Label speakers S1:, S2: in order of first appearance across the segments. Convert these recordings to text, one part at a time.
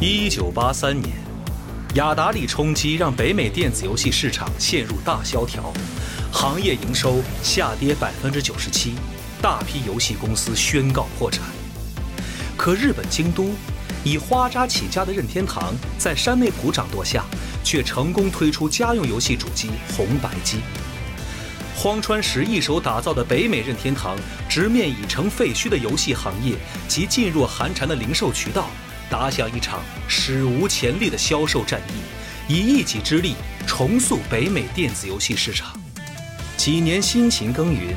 S1: 一九八三年，雅达利冲击让北美电子游戏市场陷入大萧条，行业营收下跌百分之九十七，大批游戏公司宣告破产。可日本京都，以花渣起家的任天堂在山内鼓掌舵下，却成功推出家用游戏主机红白机。荒川石一手打造的北美任天堂，直面已成废墟的游戏行业及噤若寒蝉的零售渠道，打响一场史无前例的销售战役，以一己之力重塑北美电子游戏市场。几年辛勤耕耘，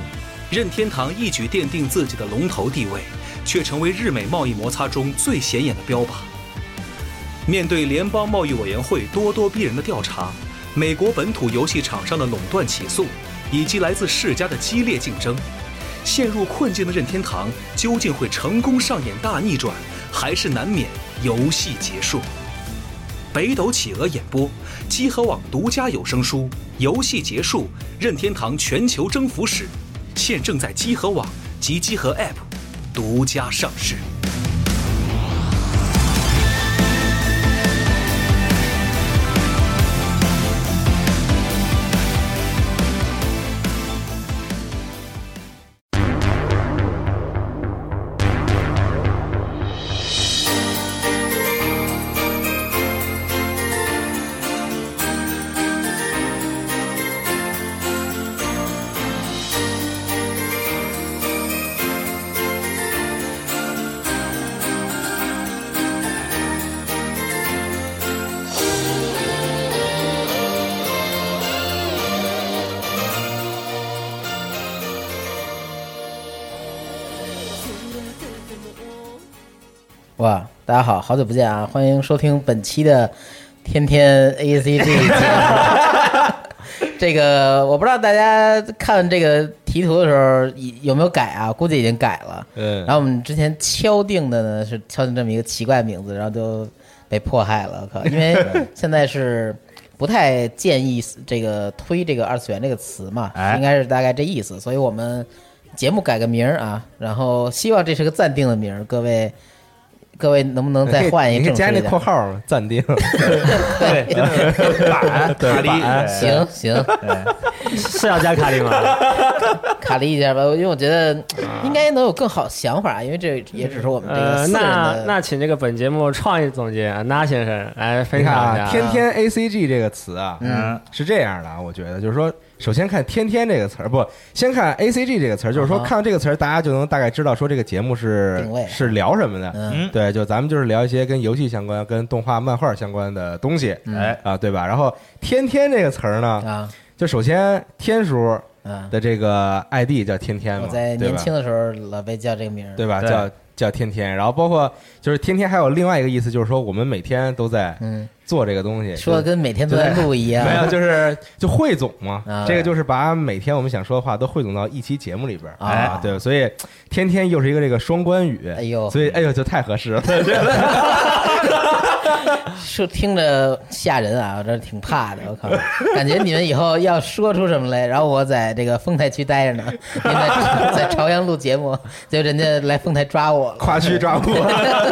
S1: 任天堂一举奠定自己的龙头地位，却成为日美贸易摩擦中最显眼的标靶。面对联邦贸易委员会咄咄逼人的调查，美国本土游戏厂商的垄断起诉。以及来自世家的激烈竞争，陷入困境的任天堂究竟会成功上演大逆转，还是难免游戏结束？北斗企鹅演播，积禾网独家有声书《游戏结束：任天堂全球征服史》，现正在积禾网及积禾 App 独家上市。
S2: 哇，大家好，好久不见啊！欢迎收听本期的《天天 A C G》。这 个我不知道大家看这个题图的时候已有没有改啊？估计已经改了。
S3: 嗯
S2: 然后我们之前敲定的呢是敲定这么一个奇怪名字，然后就被迫害了。 我靠，因为现在是不太建议这个推这个二次元这个词嘛，
S3: 哎
S2: 应该是大概这意思。所以我们节目改个名儿啊，然后希望这是个暂定的名儿，各位。各位能不能再换一
S3: 你
S2: 个正
S3: 可以
S2: 式
S3: 加
S2: 一
S3: 那
S2: 点？
S3: 括号暂定，
S2: 对，
S4: 板
S3: 对
S4: 卡利
S3: 板
S2: 行行，
S4: 是要加卡利吗？
S2: 卡了一下吧，因为我觉得应该能有更好想法，因为这也只是我们这个
S3: 啊
S4: 呃，
S2: 私人
S4: 那
S2: 的。
S4: 那请这个本节目创意总监那先生来分
S3: 你看
S4: 享一
S3: 啊，
S4: 下。
S3: 天天 A C G 这个词啊，
S2: 嗯，
S3: 是这样的啊，我觉得就是说，首先看天天这个词儿，不，先看 A C G 这个词儿，就是说
S2: 啊哈
S3: 看到这个词儿，大家就能大概知道说这个节目是
S2: 定位
S3: 是聊什么的。
S2: 嗯，
S3: 对，就咱们就是聊一些跟游戏相关、跟动画、漫画相关的东西，
S4: 哎，
S3: 啊，对吧？然后“天天”这个词儿呢，
S2: 嗯啊
S3: 就首先天叔
S2: 啊！
S3: 的这个 ID 叫天天嘛，
S2: 我在
S3: 对
S2: 年
S3: 吧？
S2: 轻的时候老被叫这个名儿，
S3: 对吧？
S4: 对
S3: 叫叫天天，然后包括就是天天还有另外一个意思，就是说我们每天都在
S2: 嗯，
S3: 做这个东西，
S2: 说的
S3: 就
S2: 跟每天都在录一样。
S3: 没有，就是就汇总嘛
S2: 啊。
S3: 这个就是把每天我们想说的话都汇总到一期节目里边儿，
S2: 啊
S3: 哎，对，所以天天又是一个这个双关语，
S2: 哎呦
S3: 所以哎呦就太合适 了，对
S2: 说听着吓人啊，我这挺怕的，我靠！感觉你们以后要说出什么来，然后我在这个丰台区待着呢，你们在在朝阳录节目，就人家来丰台抓我了
S3: 跨区抓捕，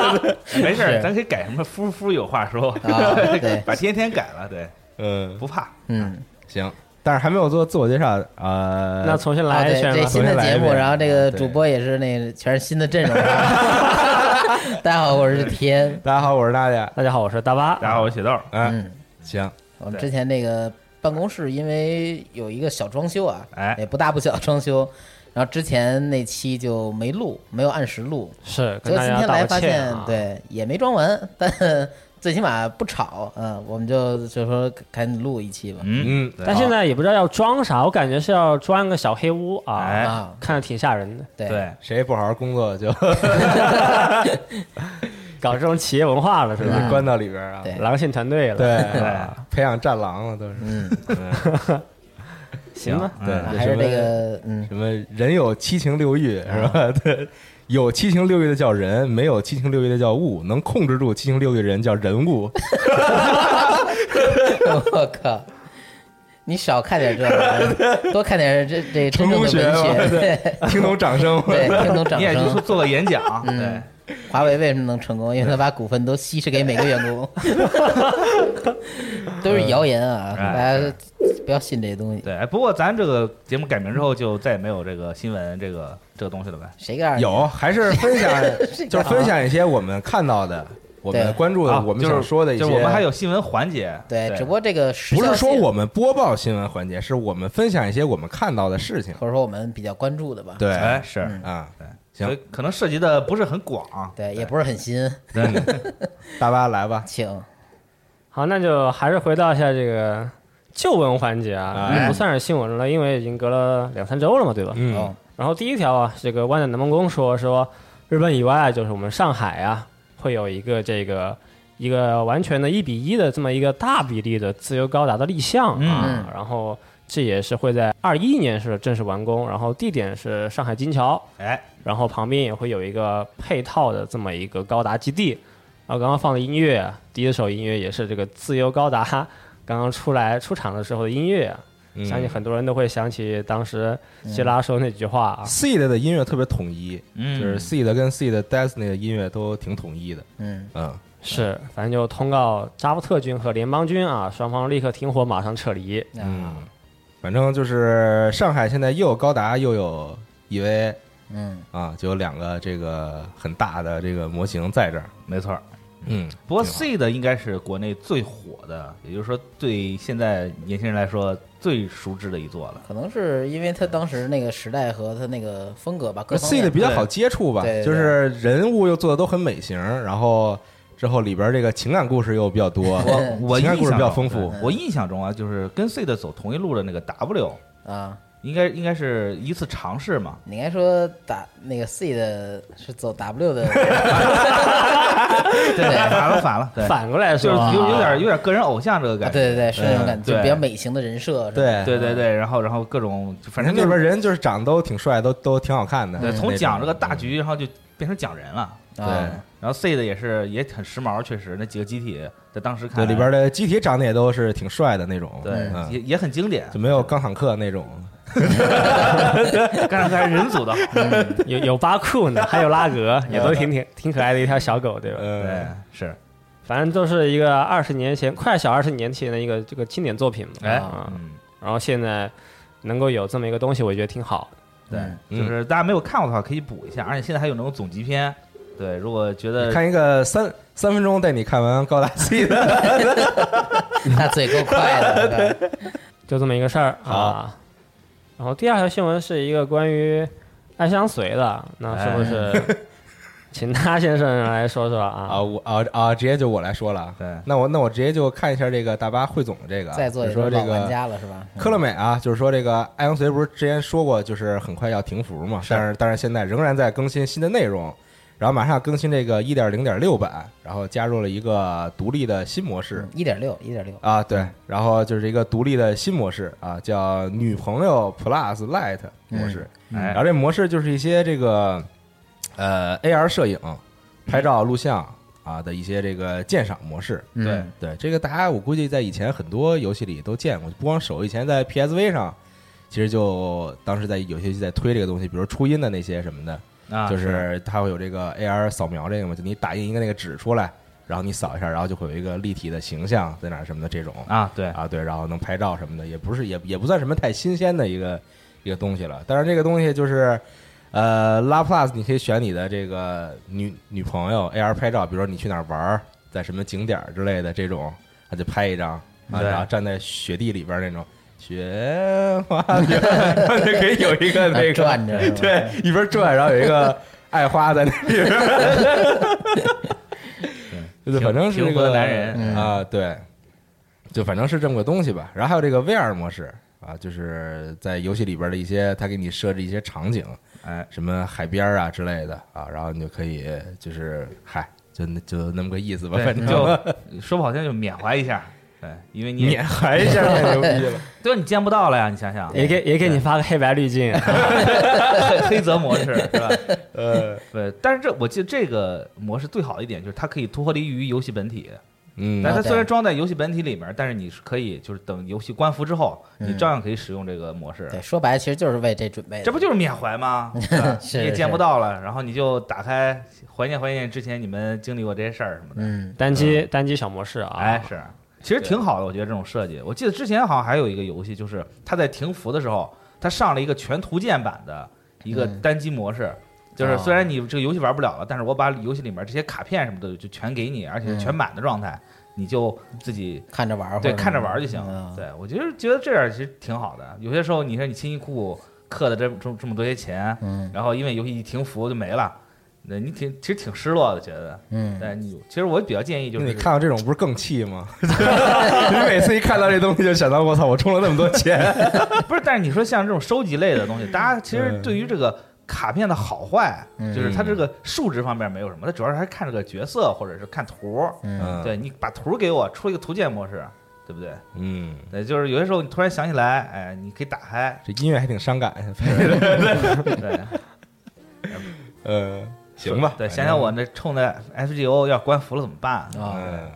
S5: 没事
S2: 是
S5: 儿，咱可以改什么夫夫有话说，
S2: 啊！对，
S5: 把天天改了，对，
S3: 嗯，
S5: 不怕。
S2: 嗯。
S3: 行，但是还没有做自我介绍，呃，
S4: 那重新
S2: 啊，
S4: 来一
S2: 对，
S4: 圈
S2: 这
S4: 吧。
S2: 新的
S3: 重新来
S2: 节
S3: 一
S2: 目，
S3: 遍
S2: 然后这个
S3: 啊对
S2: 主播也是那个全是新的阵容。啊 大家好，我是天。
S3: 大家好，我是大家，
S4: 大家好，我是大巴。
S5: 大家好，我是雪豆儿，
S3: 嗯，
S2: 嗯，
S3: 行，
S2: 我们
S5: 对
S2: 之前那个办公室因为有一个小装修啊，
S5: 哎
S2: 也不大不小装修，然后之前那期就没录，没有按时录，
S4: 是
S2: 结果
S4: 跟大
S2: 今
S4: 家
S2: 天
S4: 道
S2: 来
S4: 个
S2: 发
S4: 歉
S2: 现
S4: 啊。，
S2: 对，也没装完，但 最起码不吵，嗯，我们就就说赶紧录一期吧。
S5: 嗯
S3: 嗯，
S5: 对
S4: 但现在也不知道要装啥，我感觉是要装个小黑屋
S5: 哎
S4: 啊，
S2: 啊，
S4: 看着挺吓人的。
S2: 对，
S5: 对，
S3: 谁不好好工作就
S4: 搞这种企业文化了是吧？
S3: 关到里边儿啊，
S2: 嗯对
S4: 狼性团队了。
S3: 对
S5: 对，
S3: 培养战狼了都是。
S2: 嗯，
S4: 行吧，
S3: 对
S5: 嗯
S2: 还是这个，嗯，
S3: 什么人有七情六欲
S5: 啊
S3: 是吧？ 对，有七情六欲的叫人，没有七情六欲的叫物，能控制住七情六欲的人叫人物。
S2: 我靠！你少看点这个，多看点这这真正的文
S3: 成功学嘛啊
S2: 学，
S3: 听懂掌声吗？
S2: 对对，听懂掌
S5: 你也就
S2: 声
S5: 是。做个演讲，
S2: 嗯
S5: 对，
S2: 华为为什么能成功？因为他把股份都稀释给每个员 工，都是谣言啊！
S5: 哎
S2: 大家不要信这些东西。
S5: 对，哎不过咱这个节目改名之后，就再也没有这个新闻这个这个东西了呗。
S2: 谁告诉你？
S3: 有还是 分享，就是分享一些我们看到的、我们
S2: 对
S3: 关注的、
S5: 啊
S3: 我们
S5: 就是
S3: 想说的一些。
S5: 就是我们还有新闻环节，
S2: 对，
S5: 对
S2: 只不过这个时
S3: 不
S2: 效
S3: 是
S2: 性
S3: 说我们播报新闻环节，是我们分享一些我们看到的事情。
S2: 或者说我们比较关注的吧。
S3: 对，
S5: 哎是，
S2: 嗯
S3: 啊，
S5: 对，
S3: 行
S5: 所以可能涉及的不是很广，
S2: 对，也不是很新，
S3: 大巴来吧，
S2: 请
S4: 好，那就还是回到一下这个旧闻环节啊，
S3: 哎
S4: 也不算是新闻了，因为已经隔了两三周了嘛，对吧？
S3: 嗯
S2: 哦，
S4: 然后第一条啊，这个湾仔南梦宫说说日本以外，就是我们上海啊，会有一个这个一个完全的一比一的这么一个大比例的自由高达的立项啊，然后这也是会在二一年是正式完工，然后地点是上海金桥，
S5: 哎，
S4: 然后旁边也会有一个配套的这么一个高达基地。然后刚刚放的音乐，第一首音乐也是这个自由高达刚刚出来出场的时候的音乐，
S3: 嗯
S4: 相信很多人都会想起当时希拉说那句话啊，
S3: Seed 的音乐特别统一，就
S5: 嗯
S3: 是 Seed 跟 Seed Destiny 的音乐都挺统一的。
S2: 嗯，
S3: 嗯，
S4: 是，反正就通告扎夫特军和联邦军啊，双方立刻停火，马上撤离。
S3: 嗯
S2: 啊，
S3: 反正就是上海现在又有高达又有 EVA
S2: 嗯，
S3: 啊，就有两个这个很大的这个模型在这儿。
S5: 没错儿。
S3: 嗯，
S5: 不过
S3: 挺好
S5: C 的应该是国内最火的，也就是说对现在年轻人来说最熟知的一座了。
S2: 可能是因为他当时那个时代和他那个风格吧，各方
S3: C 的
S2: 面
S3: 比较好接触吧，
S2: 对对对
S3: 就是人物又做的都很美型，然后之后里边这个情感故事又比较多，
S5: 我
S2: 嗯
S5: 我
S3: 情
S5: 印
S3: 感故
S5: 象
S3: 事比较
S5: 中
S3: 丰富
S5: 对我印象中啊，就是跟 C 的走同一路的那个 W，
S2: 啊。
S5: 应该应该是一次尝试嘛。
S2: 你应该说打那个 C 的是走 W 的，
S5: 对，反了反了，对，
S4: 反过来
S5: 就
S4: 说
S5: 是
S4: 啊，
S5: 有有点有点个人偶像这个
S2: 啊，
S5: 感觉。
S2: 对对对，是那种感觉，
S5: 对
S2: 就比较美型的人设。是吧
S3: 对
S5: 对对对，然后然后各种，反正
S3: 那
S5: 就是
S3: 边人就是长得都挺帅，都都挺好看的。
S5: 对，
S3: 那
S5: 从
S3: 种嗯
S5: 讲这个大局，然后就变成讲人了。对，
S2: 啊
S5: 然后 C 的也是也很时髦，确实那几个机体在当时看
S3: 对
S5: 来
S3: 里边的机体长得也都是挺帅的那种，
S5: 对、
S3: 嗯
S5: 也也很经典
S3: 就，没有钢坦克那种。
S5: 干还是人组的好。
S3: 嗯
S4: 有有巴库呢，还有拉 格，也都挺挺挺可爱的一条小狗，对吧？
S5: 对
S3: 呃，，
S5: 是
S4: 反正都是一个二十年前，快小二十年前的一个这个经典作品嘛。
S5: 哎
S4: 啊，
S5: 嗯，
S4: 然后现在能够有这么一个东西，我觉得挺好。
S5: 对
S2: 嗯，
S5: 就是大家没有看过的话可以补一下，而且现在还有那种总集篇。对，如果觉得
S3: 你看一个三三分钟带你看完高达 C 的，
S2: 那嘴够快的， 对吧
S4: 就这么一个事儿啊。然后第二条新闻是一个关于爱相随的，那是不
S5: 哎
S4: 是请他先生来说说啊？
S3: 啊，我啊啊，直接就我来说了。
S5: 对
S3: 那我那我直接就看一下这个大巴汇总的这个啊，
S2: 再做
S3: 就
S2: 也
S3: 是
S2: 是
S3: 说这
S2: 老玩
S3: 个
S2: 家了，是吧？
S3: 科乐美啊，就是说这个艾昂随不是之前说过，就是很快要停服嘛，但是但是现在仍然在更新新的内容，然后马上要更新这个一点零点六版，然后加入了一个独立的新模式
S2: 嗯一点六，一点六，
S3: 啊，对，然后就是一个独立的新模式啊，叫女朋友 Plus Light 模式，然
S5: 哎
S3: 后这模式就是一些这个呃 AR 摄影、拍照、录像
S5: 嗯
S3: 啊的一些这个鉴赏模式，
S2: 嗯
S5: 对
S3: 对，这个大家我估计在以前很多游戏里都见过，不光手，以前在 PSV 上，其实就当时在有些游戏在推这个东西，比如初音的那些什么的，
S5: 啊，
S3: 嗯就是它会有这个 AR 扫描这个嘛，就你打印一个那个纸出来，然后你扫一下，然后就会有一个立体的形象在哪儿什么的这种
S5: 啊，对，
S3: 啊，对，然后能拍照什么的，也不是也也不算什么太新鲜的一个一个东西了。但是这个东西就是，呃，拉 plus 你可以选你的这个女女朋友 AR 拍照，比如说你去哪儿玩儿，在什么景点儿之类的这种，他就拍一张啊，
S5: 对
S3: 然后站在雪地里边儿那种。雪花雪， 然后就可以有一个那个
S2: 转着是吧
S3: 对，一边转，然后有一个爱花在那里边儿， 就是反正是
S5: 平
S3: 这
S5: 平和
S3: 个
S5: 男人
S2: 嗯
S3: 啊，对，就反正是这么个东西吧。然后还有这个 VR 模式啊，就是在游戏里边的一些，它给你设置一些场景，
S5: 哎，
S3: 什么海边啊之类的啊，然后你就可以就是嗨，就那就那么个意思吧，
S5: 对，
S3: 反
S5: 你
S3: 正
S5: 就说不好听就缅怀一下，对，因为你
S3: 缅怀一下太牛逼了。
S5: 对你见不到了呀，你想想，
S4: 也给也给你发个黑白滤镜， 啊
S5: 黑黑泽模式是吧？
S3: 呃，
S5: 对，但是这我记得这个模式最好的一点就是它可以脱离于游戏本体，
S3: 嗯
S5: 但
S2: 啊
S5: 它虽
S2: 对
S5: 然装在游戏本体里面，但是你是可以就是等游戏关服之后，你
S2: 嗯
S5: 照样可以使用这个模式。
S2: 对，说白了其实就是为这准备的。
S5: 这不就是缅怀吗？是吧
S2: 是
S5: 你也见
S2: 是
S5: 不到了，然后你就打开怀念怀念之前你们经历过这些事儿什么的。
S2: 嗯
S4: 单机单机小模式啊，
S5: 哎，是，其实挺好的，我觉得这种设计。我记得之前好像还有一个游戏，就是它在停服的时候，它上了一个全图鉴版的一个
S2: 嗯
S5: 单机模式。
S2: 哦
S5: 就是虽然你这个游戏玩不了了，但是我把游戏里面这些卡片什么的就全给你，而
S2: 嗯
S5: 且是全满的状态，你就自己
S2: 看着玩儿或者
S5: 对
S2: 什么的，
S5: 看着玩就行。
S2: 嗯
S5: 对我觉得觉得这样其实挺好的。有些时候你说你辛辛苦苦刻的这这这么多些钱，
S2: 嗯
S5: 然后因为游戏一停服就没了，那你挺其实挺失落的，觉得。
S2: 嗯，
S5: 但你其实我比较建议就
S3: 那
S5: 是
S3: 你看到这种不是更气吗？ 你每次一看到这东西就想到我操，我充了那么多钱，
S5: 不是，但是你说像这种收集类的东西，
S3: 嗯
S5: 大家其实对于这个卡片的好坏，
S2: 嗯
S5: 就是它这个数值方面没有什么，它主要是还看这个角色或者是看图。
S2: 嗯
S5: 对你把图给我，出一个图鉴模式，对不对？
S3: 嗯，。
S5: 对，就是有些时候你突然想起来，哎，你可以打开
S3: 这音乐还挺伤感，
S5: 对
S3: 呃，行吧，反
S5: 对，
S3: 正
S5: 想想我那冲的 FGO 要关服了怎么办？
S2: 啊，
S3: 嗯，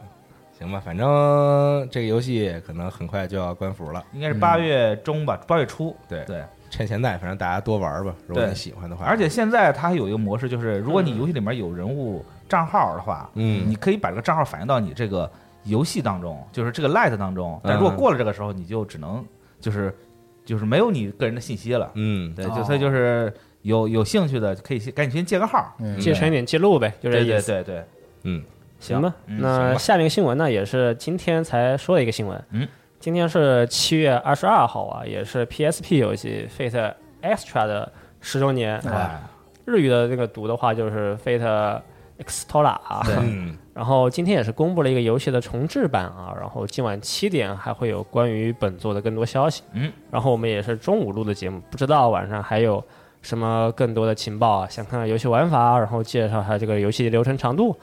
S3: 行吧，反正这个游戏可能很快就要关服了，
S5: 应该是八月中吧，八月初。
S3: 嗯对
S5: 对，
S3: 趁现在，反正大家多玩吧，如果
S5: 对
S3: 你喜欢的话，
S5: 而且现在它还有一个模式，就是如果你游戏里面有人物账号的话，
S3: 嗯
S5: 你可以把这个账号反映到你这个游戏当中，就是这个 Light 当中。但如果
S3: 嗯
S5: 过了这个时候，你就只能就是就是没有你个人的信息了。
S3: 嗯，
S5: 对，
S2: 哦
S5: 就所以就是有有兴趣的可以先赶紧先借个号。
S2: 嗯
S4: 借全点记录呗，就这
S5: 对
S4: 意
S5: 对
S4: 思。
S5: 对对，
S4: 行吧，
S5: 嗯
S4: 那
S5: 行吧
S4: 下面一个新闻呢，也是今天才说的一个新闻。
S5: 嗯，
S4: 今天是七月二十二号啊，也是 PSP 游戏 Fate Extra 的十周年。
S5: 哎，
S4: 日语的这个读的话就是 Fate Extra 啊。
S5: 对
S3: 嗯
S4: 然后今天也是公布了一个游戏的重置版啊，然后今晚七点还会有关于本作的更多消息。
S5: 嗯，
S4: 然后我们也是中午录的节目，不知道晚上还有什么更多的情报啊，想看看游戏玩法，然后介绍它这个游戏流程长度，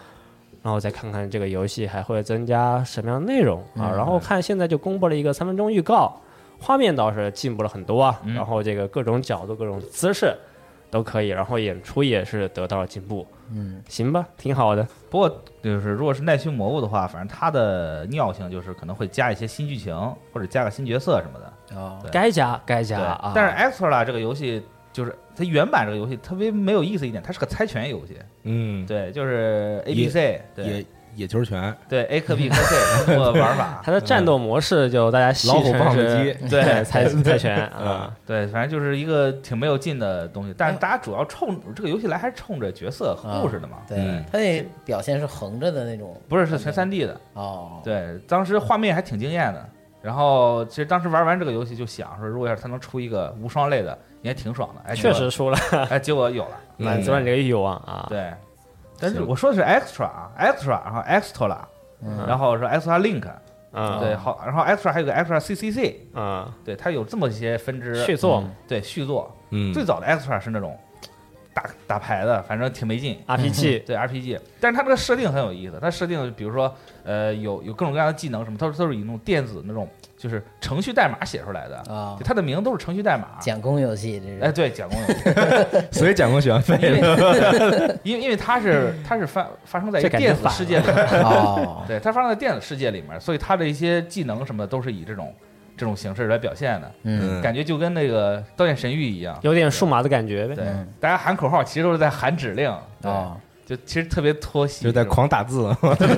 S4: 然后再看看这个游戏还会增加什么样的内容
S5: 嗯
S4: 啊。然后看现在就公布了一个三分钟预告，画面倒是进步了很多啊，
S5: 嗯
S4: 然后这个各种角度、各种姿势都可以，然后演出也是得到了进步。
S2: 嗯
S4: 行吧，挺好的。
S5: 不过就是如果是奈须魔物的话，反正它的尿性就是可能会加一些新剧情或者加个新角色什么的。
S2: 哦，
S4: 该加该加
S5: 对
S4: 啊！，
S5: 但是 Extra 这个游戏就是它原版这个游戏特别没有意思一点，它是个猜拳游戏。
S3: 嗯，
S5: 对，就是 A
S3: 也
S5: B C，对
S3: 野野球拳，
S5: 对 A 克 B 克 C 通过玩法。
S4: 它的战斗模式就大
S5: 嗯
S4: 家戏称是
S3: 老虎棒子鸡
S4: 对
S5: 对嗯
S4: 猜猜拳啊，
S5: 对，反正就是一个挺没有劲的东西，但是大家主要冲这个游戏来还是冲着角色和故事的嘛，
S4: 啊
S2: 对
S3: 嗯，
S2: 它那表现是横着的那种
S5: 不是是全三 D 的。
S2: 哦，
S5: 对，当时画面还挺惊艳的。然后其实当时玩完这个游戏就想说，如果要是它能出一个无双类的，也挺爽的。哎，
S4: 确实输了，
S5: 结果，哎，结果有了。
S4: 满足了你这个欲望啊。
S5: 嗯对，但是
S3: 行
S5: 我说的是 extra 啊，extra，然后 extra，
S2: 嗯
S5: 然后是 extra link，
S4: 嗯，
S5: 对，好，然后 extra 还有个 extra CCC，
S4: 嗯，
S5: 对，它有这么一些分支
S4: 续作
S5: 对续作，
S3: 嗯，
S5: 最早的 extra 是那种打打牌的，反正挺没劲。
S4: RPG，
S5: 对 RPG，但是它这个设定很有意思。它设定比如说，呃，有有各种各样的技能什么，它都是以那种电子那种就是程序代码写出来的，
S2: 啊
S5: 就，它的名字都是程序代码。
S2: 蒋公游戏这
S5: 哎，
S2: 是，
S5: 对，蒋公勇，
S3: 所以讲过学员费了，
S5: 因为因为它是它是发发生在一
S4: 这
S5: 个
S4: 感觉
S5: 电子
S4: 反
S5: 世界里，
S2: 哦，
S5: 对，它发生在电子世界里面，所以它的一些技能什么的都是以这种这种形式来表现的，
S2: 嗯
S5: 感觉就跟那个《刀剑神域》一样。
S4: 有点数码的感觉呗。
S5: 对
S2: 嗯，
S5: 大家喊口号其实都是在喊指令，对，
S2: 哦，
S5: 就其实特别拖戏，
S3: 就在
S5: 这种
S3: 狂打 字，
S5: 对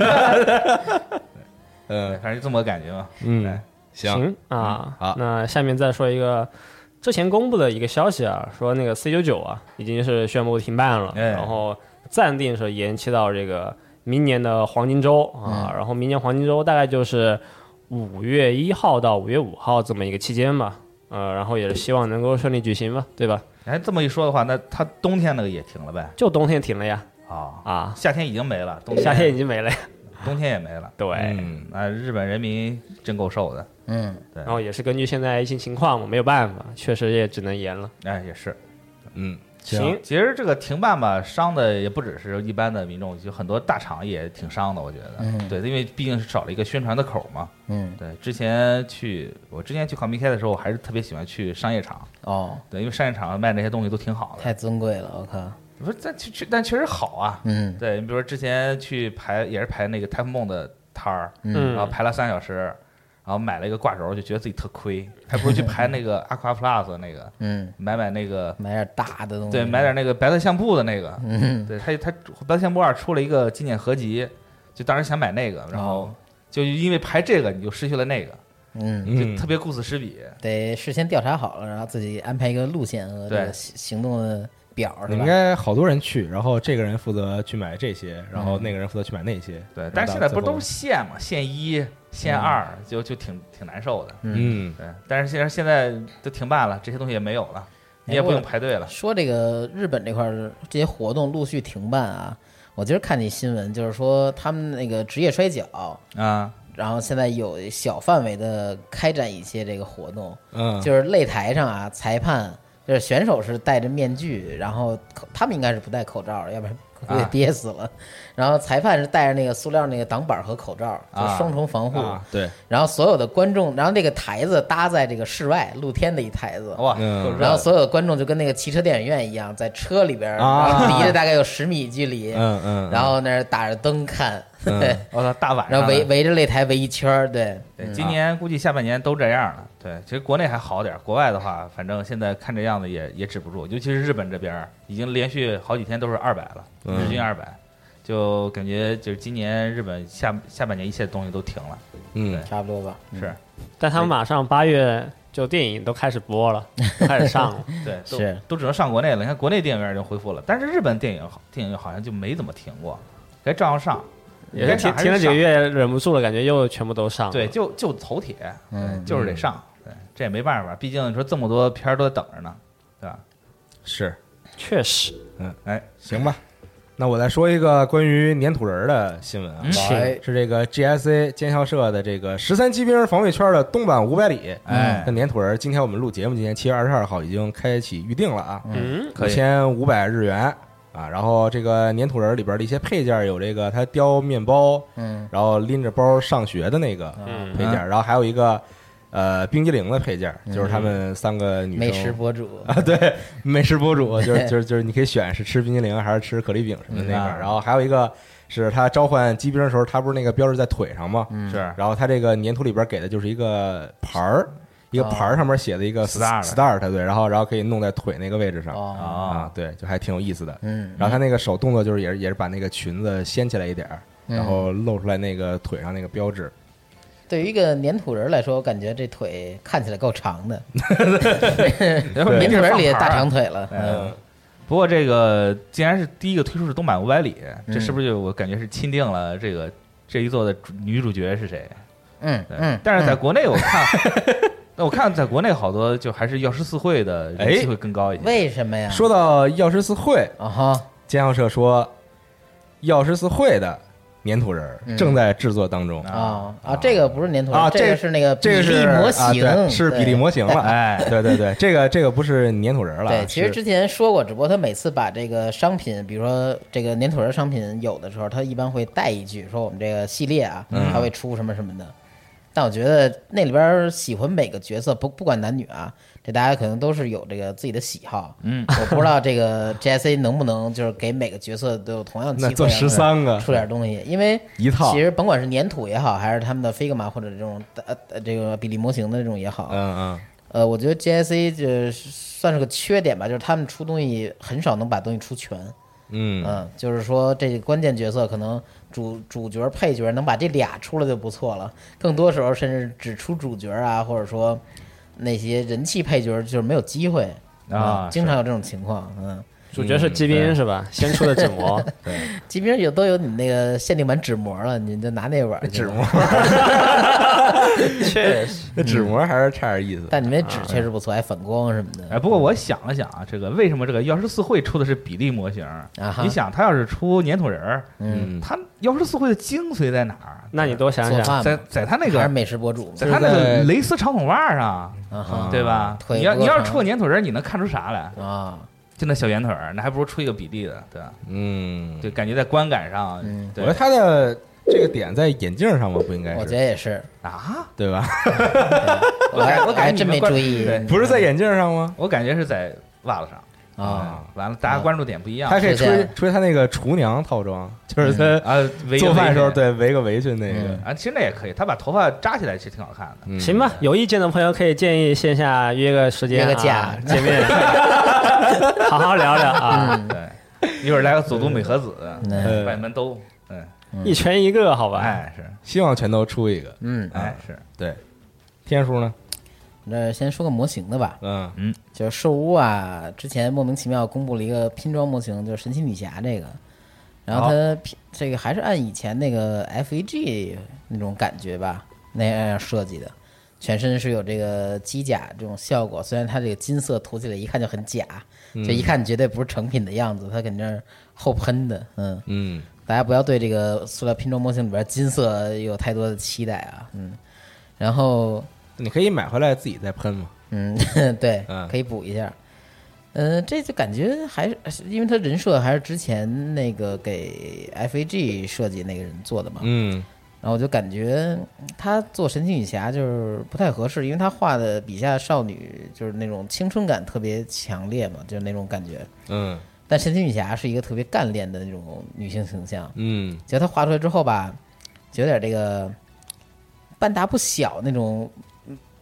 S3: 嗯，
S5: 反正就这么个感觉嘛。
S4: 嗯
S5: 哎，
S3: 行，嗯
S4: 啊，
S3: 好
S4: 那下面再说一个之前公布的一个消息啊，说那个 C 九九啊已经是宣布停办了，
S5: 哎
S4: 然后暂定是延期到这个明年的黄金周啊，
S3: 嗯
S4: 然后明年黄金周大概就是五月一号到五月五号这么一个期间吧，呃，然后也是希望能够顺利举行吧，对吧？
S5: 哎，这么一说的话，那它冬天那个也停了呗？
S4: 就冬天停了呀，
S5: 啊、
S4: 啊，
S5: 夏天已经没了，冬
S4: 夏天已经没了呀，
S5: 冬天也没了。
S4: 对。
S3: 嗯，
S5: 那日本人民真够受的，
S2: 嗯
S4: 然后也是根据现在疫情情况嘛，没有办法，确实也只能延了。
S5: 哎，也是。
S3: 嗯，
S4: 行，
S5: 其实这个停办吧，伤的也不只是一般的民众，就很多大厂也挺伤的，我觉得。
S2: 嗯
S5: 对，因为毕竟是少了一个宣传的口嘛。
S2: 嗯，
S5: 对，之前去我之前去考密开的时候，我还是特别喜欢去商业场，
S2: 哦，
S5: 对，因为商业场卖那些东西都挺好的。
S2: 太尊贵了，我靠，
S5: 不是，但确确但确实好啊。
S2: 嗯
S5: 对，你比如说之前去排也是排那个 Time Bomb 的摊儿，
S4: 嗯
S5: 然后排了三小时，然后买了一个挂轴，就觉得自己特亏，还不如去排那个 Aqua Plus 那个，
S2: 嗯，
S5: 买买那个，
S2: 买点大的东西，
S5: 对，买点那个白色相簿的那个，
S2: 嗯，
S5: 对，他他白色相簿二出了一个纪念合集，就当时想买那个，然后就因为排这个你就失去了那个，
S2: 嗯，
S5: 就
S3: 嗯
S5: 特别顾此失彼。
S2: 得事先调查好了，然后自己安排一个路线和这个
S5: 对
S2: 行行动的表，是
S3: 你
S2: 吧
S3: 应？该好多人去，然后这个人负责去买这些，然后那个人负责去买那些。
S5: 嗯对
S3: 然后，
S5: 但是现在不是
S3: 到最
S5: 都
S3: 后
S5: 是限嘛，限一、限二，就就挺挺难受的。
S3: 嗯
S5: 对，但是现在现在都停办了，这些东西也没有了，
S2: 哎
S5: 你也不用排队了。
S2: 说这个日本这块儿这些活动陆续停办啊，我今儿看那新闻，就是说他们那个职业摔跤，
S5: 啊，
S2: 然后现在有小范围的开展一些这个活动，
S3: 嗯，
S2: 就是擂台上啊，裁判就是选手是戴着面具，然后口他们应该是不戴口罩的，要不然估计
S5: 啊
S2: 憋死了。然后裁判是戴着那个塑料那个挡板和口罩，就
S5: 啊
S2: 双重防护。
S3: 啊，对，
S2: 然后所有的观众，然后那个台子搭在这个室外露天的一台子，
S5: 哇，
S3: 嗯
S5: 够热
S2: 然后
S5: 的
S2: 所有的观众就跟那个汽车电影院一样，在车里边儿，
S3: 啊
S2: 然后离着大概有十米距离，
S3: 嗯嗯，
S2: 然后那儿打着灯看，
S3: 嗯
S2: 对，
S5: 我操，大晚上
S2: 然后嗯
S5: 的。
S2: 围围着擂台围一圈儿，对，
S5: 对，今年估计下半年都这样了。对，其实国内还好点儿，国外的话，反正现在看这样子也也止不住，尤其是日本这边儿，已经连续好几天都是二百了，
S3: 嗯
S5: 日均二百，就感觉就是今年日本下下半年一切东西都停了。
S3: 嗯
S2: 差不多吧，
S5: 是
S4: 但他们马上八月就电影都开始播了，开始上 了。
S5: 对，都
S2: 是
S5: 都只能上国内了。你看国内电影院就恢复了，但是日本电影好电影院好像就没怎么停过，该照样上。
S4: 也是
S5: 该上
S4: 停
S5: 还
S4: 停了几个
S5: 上，
S4: 月，忍不住了，感觉又全部都上了。
S2: 啊
S5: 对，就就头铁，对
S2: 嗯
S5: 就是得上，对，这也没办法，毕竟你说这么多片儿都在等着呢，对吧？
S3: 是，
S4: 确实，
S5: 哎，
S3: 行吧。那我再说一个关于粘土人儿的新闻啊，
S5: 嗯
S2: 是
S3: 是这个 GSA 尖校社的这个十三骑兵防卫圈的东版五百里。
S5: 哎
S3: 那粘土人，今天我们录节目，今天七月二十二号已经开启预定了啊，
S4: 嗯，
S5: 可
S3: 五
S5: 以
S3: 千五百日元啊。然后这个粘土人里边的一些配件有这个他雕面包，
S2: 嗯
S3: 然后拎着包上学的那个
S4: 嗯
S3: 配件，然后还有一个呃冰激凌的配件，就是他们三个女生
S2: 美食博主，
S3: 啊，对，美食博主 就是就是就是你可以选是吃冰激凌还是吃可丽饼什么的那
S5: 嗯
S3: 个，
S5: 啊
S3: 然后还有一个是他召唤机兵的时候，他不是那个标志在腿上吗？
S2: 嗯
S5: 是
S3: 然后他这个粘土里边给的就是一个牌儿，一个
S2: 哦
S3: 牌儿上面写的一个
S5: Star
S3: star，对，然后然后可以弄在腿那个位置上
S2: 哦，
S5: 啊
S3: 啊，，对，就还挺有意思的。
S2: 嗯，
S3: 然后他那个手动作就是也是也是把那个裙子掀起来一点儿，
S2: 嗯
S3: 然后露出来那个腿上那个标志，
S2: 对于一个粘土人来说，我感觉这腿看起来够长的，
S5: 然后
S2: 粘
S5: 您
S2: 土
S5: 这
S2: 人里也
S5: 放
S2: 大
S5: 牌儿
S2: 长腿了，嗯
S5: 嗯，不过这个既然是第一个推出是东版五百里，这
S2: 嗯
S5: 是不是就我感觉是钦定了这个这一座的主女主角是谁？
S2: 嗯
S5: 对
S2: 嗯，
S5: 但是在国内我看， 那我看在国内好多就还是药师四会的人气
S3: 哎
S5: 会更高一些。
S2: 嗯为什么呀？
S3: 说到药师四会，
S2: 啊哈，
S3: 监校社说，药师四会的粘土人儿
S2: 嗯
S3: 正在制作当中、
S2: 啊啊，这个不是粘土人
S3: 啊，
S2: 这
S3: 这
S2: 个是那个比
S3: 这个是
S2: 例模
S3: 啊
S2: 型，
S3: 对是
S2: 对
S3: 比例模 型了，哎，对对对，这个这个不是粘土人了，
S2: 对，其实
S3: 是
S2: 之前说过，只不过他每次把这个商品，比如说这个粘土人商品有的时候，他一般会带一句说我们这个系列啊，
S3: 嗯
S2: 他会出什么什么的。但我觉得那里边儿喜欢每个角色，不不管男女啊，这大家可能都是有这个自己的喜好。
S5: 嗯，
S2: 我不知道这个 GSA 能不能就是给每个角色都有同样的机
S3: 那
S2: 会，啊
S3: 做十三个
S2: 出点东西，因为
S3: 嗯一套
S2: 其实甭管是粘土也好，还是他们的 Figma 或者这种呃呃这个比例模型的这种也好，
S3: 嗯
S2: 呃，我觉得 GSA 就是算是个缺点吧，就是他们出东西很少能把东西出全。
S3: 嗯嗯，
S2: 嗯，就是说这关键角色可能主主角、配角能把这俩出了就不错了，更多时候甚至只出主角啊，或者说那些人气配角就是没有机会
S5: 啊
S2: 经常有这种情况。嗯，
S4: 主角是机兵是吧？先出的纸 模，
S2: 即便有都有你那个限定版纸模了，你就拿那玩儿去
S3: 纸
S2: 吧
S3: 模，
S4: 确实
S3: 那纸模还是差点意思，
S2: 但你那纸确实不错，还反光什么的。
S5: 哎，不过我想了想啊，这个为什么这个药师四会出的是比例模型？
S2: 啊哈
S5: 你想，他要是出粘土人儿，
S3: 嗯，
S5: 他药师四会的精髓在哪儿？啊
S4: 那你多想
S2: 做
S4: 想，
S2: 饭
S5: 在
S2: 嘛
S5: 在他那
S2: 还是
S5: 个
S2: 美食博主嘛
S5: 在他那
S3: 就是在
S5: 个蕾丝长筒袜上，
S2: 啊哈
S5: 对吧？
S2: 腿
S5: 你要
S2: 不够
S5: 你要是
S2: 长
S5: 出个粘土人儿，你能看出啥来？
S2: 啊，
S5: 就那小圆腿儿，那还不如出一个比例的，对吧？
S3: 嗯，
S5: 对，感觉在观感上，
S2: 嗯
S3: 我
S5: 对
S3: 觉得他的这个点在眼镜上吧，不应该
S2: 我觉
S3: 是
S2: 得也是。
S5: 啊，
S3: 对吧？
S2: 我还
S5: 感
S2: 我
S5: 我感
S2: 还
S5: 觉
S2: 真
S5: 你
S2: 没
S5: 们关
S2: 注意，
S5: 对
S2: 嗯
S3: 不是在眼镜上吗？
S5: 我感觉是在袜子上，
S2: 啊，
S5: 完了，大家关注点不一样
S3: 他。可以
S2: 嗯是这样嗯
S3: 吹吹他那个厨娘套装，就是他
S5: 啊，围着
S3: 做饭的时候
S5: 围着
S3: 对围个围裙那个，
S5: 啊，其实那也可以，他把头发扎起来其实挺好看的。
S3: 嗯
S4: 行吧，有意见的朋友可以建议线下约个时间、啊，
S2: 约个假
S4: 见面， 好好聊聊 啊，
S5: 对，一会儿来个佐都美和子，
S2: 嗯
S5: 外门都，嗯，
S4: 一拳一个，好吧？
S5: 哎是，
S3: 希望全都出一个。
S2: 嗯，
S5: 哎是，
S3: 对，天叔呢？
S2: 那先说个模型的吧，
S3: 嗯
S2: 就是兽屋啊，之前莫名其妙公布了一个拼装模型，就是神奇女侠这个，然后它拼这个还是按以前那个 FAG 那种感觉吧，那样设计的，全身是有这个机甲这种效果，虽然它这个金色涂起来一看就很假，就一看绝对不是成品的样子，它肯定是后喷的，嗯，
S3: 嗯，
S2: 大家不要对这个塑料拼装模型里边金色有太多的期待啊，嗯，然后
S3: 你可以买回来自己再喷嘛。
S2: 嗯， 对
S3: 嗯，
S2: 可以补一下。嗯、这就感觉还是是因为他人设还是之前那个给 FAG 设计那个人做的嘛，
S3: 嗯
S2: 然后我就感觉嗯他做神奇女侠就是不太合适，因为他画的笔下少女就是那种青春感特别强烈嘛，就是那种感觉。
S3: 嗯
S2: 但神奇女侠是一个特别干练的那种女性形象，
S3: 嗯
S2: 结果他画出来之后吧，就有点这个半大不小那种，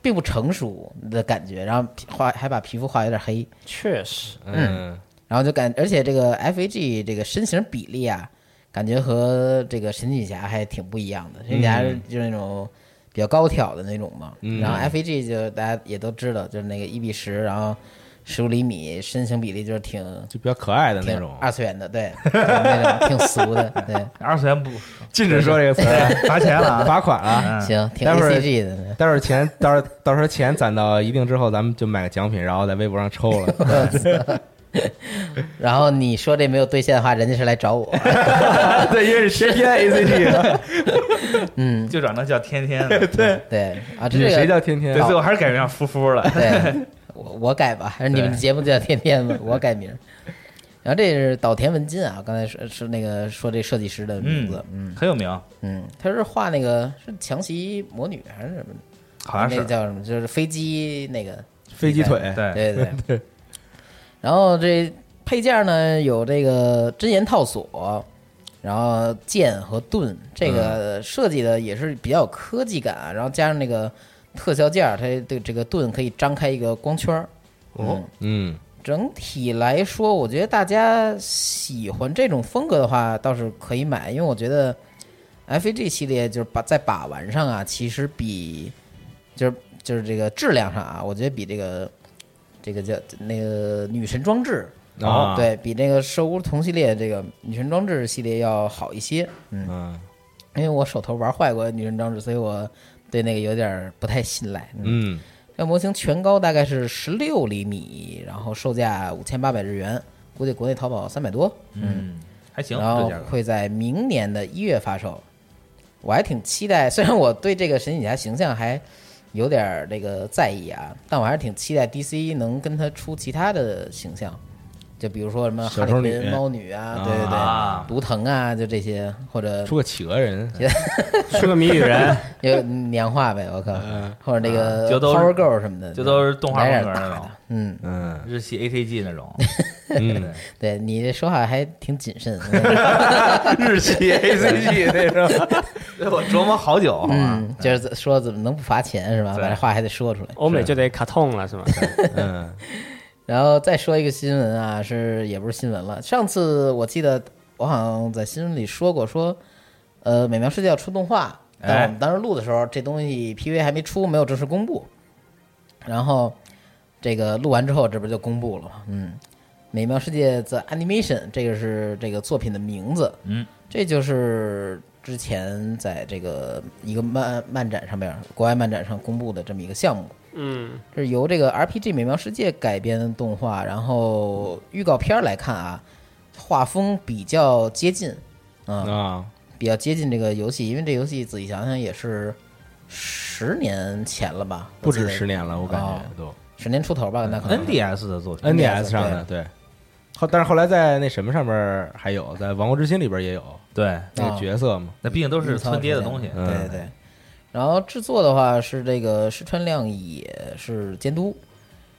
S2: 并不成熟的感觉，然后皮画还把皮肤画有点黑，
S4: 确实，
S3: 嗯
S2: 然后就感，而且这个 F A G 这个身形比例啊，感觉和这个神奇女侠还挺不一样的，神奇女侠是就是那种比较高挑的那种嘛，
S3: 嗯
S2: 然后 F A G 就大家也都知道，就是那个一比十，然后十五厘米，身形比例就是挺。
S3: 就比较可爱的那
S2: 挺
S3: 种。
S2: 二次元的，对， 就是那种挺俗的， 对，
S5: 二次元不
S3: 禁止说这个词儿，
S5: 罚钱了 啊，
S3: 罚款了。
S2: 行，挺
S3: 待
S2: A
S3: 会儿
S2: C G 的，对
S3: 待会儿钱，到时候到时候钱攒到一定之后，咱们就买个奖品，然后在微博上抽了。
S2: 然后你说这没有兑现的话，人家是来找我。
S3: 对，因为是天天 A C 啊 G，
S2: 嗯，
S5: 就转成叫天天了。对，
S2: 对啊，这
S3: 你
S2: 个
S3: 谁叫天天
S5: 对，？最后还是改名叫夫 夫了。
S2: 对，我我改吧，还是你们
S5: 对
S2: 节目叫天天 吧，我改名。然后这是岛田文金啊，刚才说是那个说这设计师的名字，嗯
S5: 很有名，
S2: 嗯，他是画那个是强袭魔女还是什么？
S5: 好像
S2: 那个
S5: 是。
S2: 叫什么？就是飞机那个，
S3: 飞机腿，
S5: 对，
S2: 对对对。 然后这配件呢有这个真言套索，然后剑和盾，这个设计的也是比较有科技感啊，然后加上那个特效件儿，它对这个盾可以张开一个光圈儿。哦、
S3: 嗯
S2: 整体来说，我觉得大家喜欢这种风格的话，倒是可以买，因为我觉得 F A G 系列就是把在把玩上啊，其实比就是就是这个质量上啊，我觉得比这个这个叫那个女神装置，
S3: 啊
S2: 对比这个兽屋同系列这个女神装置系列要好一些。嗯，
S3: 嗯
S2: 因为我手头玩坏过女神装置，所以我对那个有点儿不太信赖。嗯
S3: 嗯
S2: 这模型全高大概是十六厘米，然后售价五千八百日元，估计国内淘宝三百多。
S5: 嗯，还行，
S2: 然后
S5: 这价格。
S2: 会在明年的一月发售。我还挺期待，虽然我对这个神奇女侠形象还有点儿这个在意啊，但我还是挺期待 DC 能跟她出其他的形象，就比如说什么哈
S3: 小
S2: 利
S3: 丑女
S2: 奎恩猫女啊，对对对，
S5: 啊
S2: 毒藤啊，就这些，或者
S3: 出个企鹅人，
S4: 出个谜语 人，
S2: 有年画呗，我靠，或者那个
S5: 就都是
S2: Power Girl 什么的，
S5: 就都是动画
S2: 来点
S5: 风格
S2: 大
S5: 那
S2: 的
S5: 种，
S2: 嗯。
S3: 嗯
S5: 日系 ACG 那 种，
S3: 嗯，
S2: 对你这说话还挺谨慎，
S5: 日系 ACG 那种，对我琢磨好哦久，好吧？
S2: 嗯，就是说怎么能不罚钱是吧？
S5: 对
S2: 把这话还得说出来。
S4: 欧美就得卡通了是吗？
S3: 嗯
S2: 然后再说一个新闻啊，是也不是新闻了。上次我记得我好像在新闻里说过，说呃美妙世界要出动画，但
S5: 哎
S2: 我们当时录的时候，这东西 PV 还没出，没有正式公布。然后这个录完之后，这不就公布了吗？嗯，美妙世界 The Animation 这个是这个作品的名字。
S5: 嗯，
S2: 这就是之前在这个一个漫漫展上面，国外漫展上公布的这么一个项目。
S4: 嗯，
S2: 这是由这个 RPG《美妙世界》改编的动画，然后预告片儿来看啊，画风比较接近，嗯，
S3: 啊
S2: 比较接近这个游戏，因为这游戏仔细想想也是十年前了吧，
S3: 不
S2: 我记
S3: 止
S2: 得
S3: 十年了，我感觉都
S2: 十年出头吧，那可
S5: 嗯
S2: 能
S5: NDS 的作品
S3: NDS 上的对。后，但是后来在那什么上面还有，在《王国之心》里边也有
S5: 对，
S3: 那个角色嘛，
S5: 那毕竟都是村爹的东西，
S3: 嗯
S2: 对对对。然后制作的话是这个石川亮也是监督，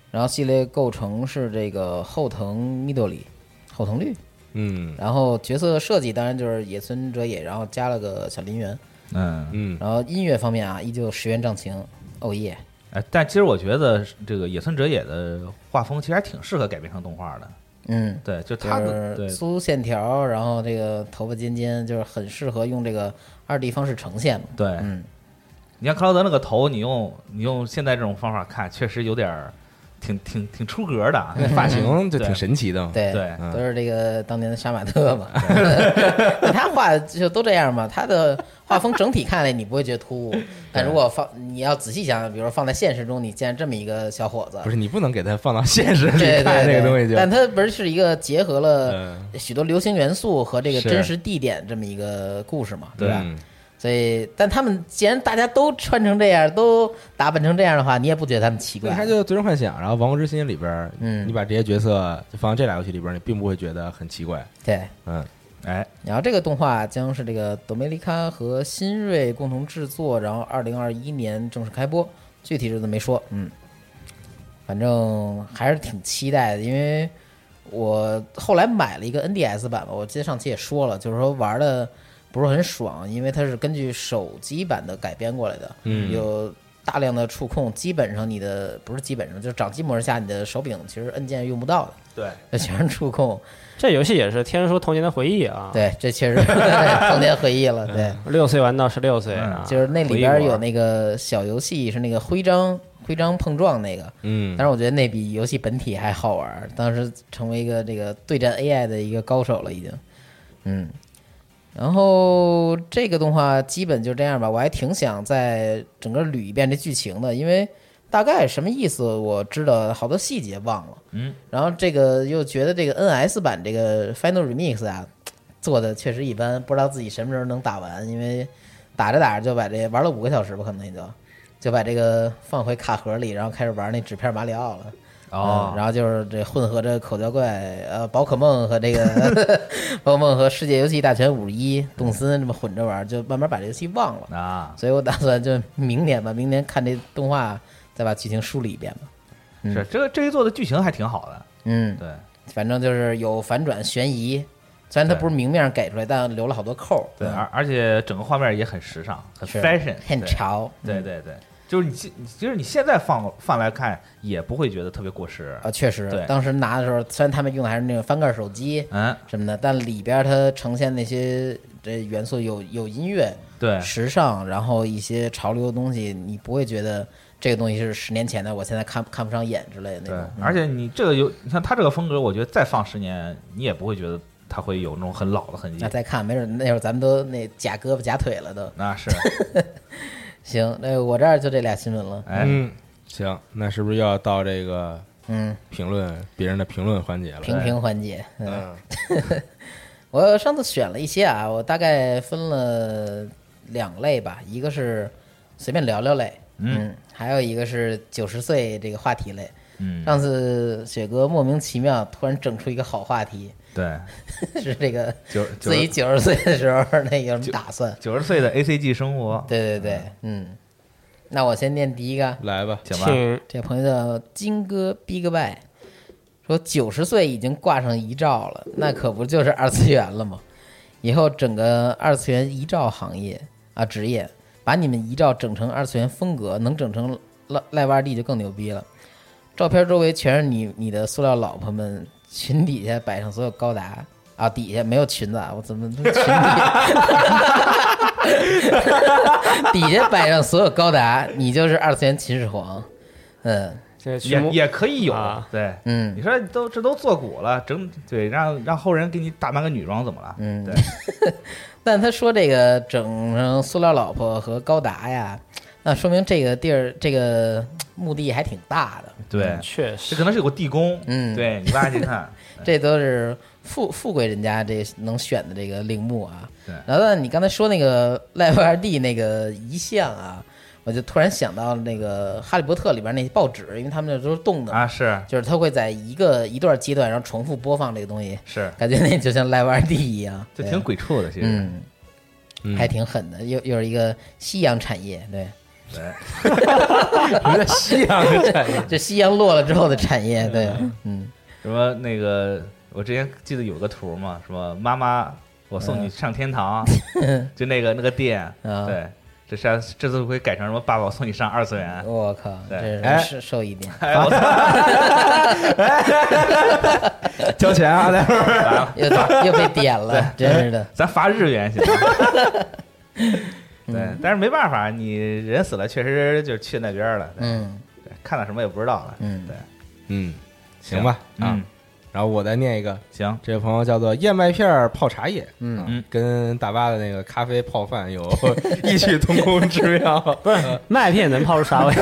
S2: 然后系列构成是这个后藤密豆里，后藤绿，
S3: 嗯
S2: 然后角色设计当然就是野村哲也，然后加了个小林园，
S5: 嗯，
S3: 嗯
S2: 然后音乐方面啊，依旧石原丈晴，哦耶，
S5: 哎，但其实我觉得这个野村哲也的画风其实还挺适合改编成动画的，
S2: 嗯，
S5: 对，
S2: 就
S5: 就他的
S2: 是
S5: 对
S2: 粗线条，然后这个头发尖尖，就是很适合用这个二 D 方式呈现嘛，
S5: 对，
S2: 嗯，
S5: 你看克劳德那个头，你用你用现在这种方法看，确实有点儿挺挺挺出格的
S2: 嗯
S5: 啊，那
S3: 发
S5: 发型
S3: 型就
S5: 对
S3: 挺神奇的，
S2: 对
S5: 对
S2: 都是这个当年的杀马特 嘛，他画就都这样嘛，他的画风整体看来你不会觉得突 兀，但如果放你要仔细想想，比如说放在现实中，你见这么一个小伙子
S3: 不，是你不能给它放到现实
S2: 对对
S3: 里 看
S2: 对，
S3: 这个东西就，
S2: 但它不是是一个结合了
S3: 嗯
S2: 许多流行元素和这个
S3: 是
S2: 真实地点这么一个故事嘛，对吧？
S3: 嗯
S2: 所以，但他们既然大家都穿成这样，都打扮成这样的话，你也不觉得他们奇
S3: 那
S2: 怪
S3: 你看，就《最终幻想》，然后《王国之心》里边儿，
S2: 嗯
S3: 你把这些角色就放到这俩游戏里边儿，你并不会觉得很奇怪。
S2: 对。
S3: 嗯，
S5: 哎，
S2: 然后这个动画将是这个多梅利卡和新锐共同制作，然后二零二一年正式开播，具体日子没说，嗯，反正还是挺期待的，因为我后来买了一个 NDS 版吧，我记得上期也说了，就是说玩的不是很爽，因为它是根据手机版的改编过来的，
S3: 嗯
S2: 有大量的触控，基本上你的不是基本上，就是掌机模式下你的手柄其实按键是用不 到的，
S5: 对，
S2: 这全是触控，
S4: 这游戏也是天书童年的回忆啊。，
S2: 对，这确实 童年回忆了，对。
S4: 六岁玩到十六岁啊，
S2: 就是那里
S4: 回忆
S2: 边儿
S4: 玩
S2: 有那个小游戏，是那个徽章徽章碰撞那个，
S3: 嗯
S2: 但是我觉得那比游戏本体还好玩儿。当时成为一个这个对战 AI 的一个高手了，已经，嗯。然后这个动画基本就这样吧，我还挺想再整个捋一遍这剧情的，因为大概什么意思我知道，好多细节忘了。
S5: 嗯，
S2: 然后这个又觉得这个 NS 版这个 Final Remix 啊，做的确实一般，不知道自己什么时候能打完，因为打着打着就把这玩了五个小时吧，可能也就就把这个放回卡盒里，然后开始玩那纸片马里奥了。嗯
S5: 哦，
S2: 然后就是这混合着口交怪、呃宝可梦和这个 宝可梦和世界游戏大全五十一、动森这么混着玩，就慢慢把这游戏忘了。
S5: 啊，
S2: 所以我打算就明年吧，明年看这动画，再把剧情梳理一遍吧。嗯
S5: 是这个这一作的剧情还挺好的，
S2: 嗯，
S5: 对
S2: 反正就是有反转、悬疑，虽然它不是明面上给出来，但留了好多扣儿。
S5: 对，
S2: 嗯
S5: 而而且整个画面也很时尚，很
S2: 是
S5: fashion，
S2: 很
S5: 对，
S2: 潮。
S5: 对
S2: 嗯
S5: 对对，就是你现就是你现在放放来看也不会觉得特别过时，
S2: 啊，确实
S5: 对，
S2: 当时拿的时候，虽然他们用的还是那种翻盖手机
S5: 嗯，
S2: 什么的，但里边儿它呈现那些这元素有有音乐，
S5: 对，
S2: 时尚，然后一些潮流的东西，你不会觉得这个东西是十年前的，我现在看看不上眼之类的那
S5: 对
S2: 种。，嗯
S5: 而且你这个有，你像他这个风格，我觉得再放十年，你也不会觉得他会有那种很老的痕迹
S2: 那。再看，没准那会儿咱们都那假胳膊假腿了都。
S5: 那是，
S2: 行，那我这儿就这俩新闻了。
S5: 哎，
S3: 嗯，行，那是不是又要到这个
S2: 嗯，
S3: 评论别人的评论环节了？
S2: 评评环节。嗯，
S3: 嗯
S2: 我上次选了一些啊，我大概分了两类吧，一个是随便聊聊类，
S5: 嗯
S2: 嗯，还有一个是九十岁这个话题类。
S5: 嗯，
S2: 上次雪哥莫名其妙突然整出一个好话题，
S5: 对，
S2: 是这个
S5: 九
S2: 自己九十岁的时候那有什么打算？
S5: 九十岁的 A C G 生活，
S2: 对对对，嗯，那我先念第一个，啊
S3: 来吧，
S5: 行吧？
S4: 请
S2: 这朋友叫金哥 Big Bye，说九十岁已经挂上遗照了，那可不就是二次元了吗？ 以后整个二次元遗照行业啊职业，把你们遗照整成二次元风格，能整成赖赖洼地就更牛逼了。照片周围全是你你的塑料老婆们，裙底下摆上所有高达啊，底下没有裙子啊，我怎么裙底 底下摆上所有高达，你就是二次元秦始皇，嗯。
S4: 这个曲
S5: 也
S4: 目
S5: 也可以有
S4: 啊，
S5: 对，
S2: 嗯
S5: 你说都这都做古了，整对让让后人给你打扮个女装怎么了？
S2: 嗯
S5: 对，
S2: 但他说这个整成塑料老婆和高达呀，那说明这个地儿这个墓地还挺大的，
S5: 对，
S4: 确
S5: 这
S4: 实
S5: 可能是有个地宫，
S2: 嗯
S5: 对你挖去看，
S2: 这都是富富贵人家这能选的这个陵墓啊。
S5: 对
S2: 然后呢你刚才说那个赖布尔蒂那个遗像啊，我就突然想到那个《哈利波特》里边那报纸，因为他们那都是动的，
S5: 啊，是
S2: 就是他会在一个一段阶段，然后重复播放这个东西，
S5: 是，
S2: 感觉那就像赖布尔蒂一样，
S5: 就
S2: 对
S5: 挺鬼畜的，其实，
S2: 嗯。
S3: 嗯
S2: 还挺狠的，又又是一个夕阳产业，对。
S3: 有点西洋的产业。
S2: 这夕阳落了之后的产业，对，嗯，
S5: 什么那个，我之前记得有个图嘛，什么妈妈，我送你上 天堂，就那个那个店，
S2: 嗯啊
S5: 对，这下这次会改成什么爸爸，我送你上二次 元。
S2: 我靠，
S5: 对
S2: 这
S3: 哎
S2: 是受受益点，
S5: 哎， 我操，
S3: 交钱啊，待会儿
S2: 又又被点了，真是的，
S5: 咱罚日元 行吗？
S2: 嗯
S5: 对，但是没办法，你人死了，确实就去那边了，对
S2: 嗯
S5: 对看到什么也不知道了。
S2: 嗯
S5: 对，
S3: 嗯，行吧啊
S5: 嗯，，
S3: 然后我再念一个，
S5: 行，
S3: 这位朋友叫做燕麦片儿泡茶叶，
S2: 嗯
S3: 啊，跟大巴的那个咖啡泡饭有 异曲同工之妙。 不是，
S2: 呃
S4: 麦片能泡出啥味？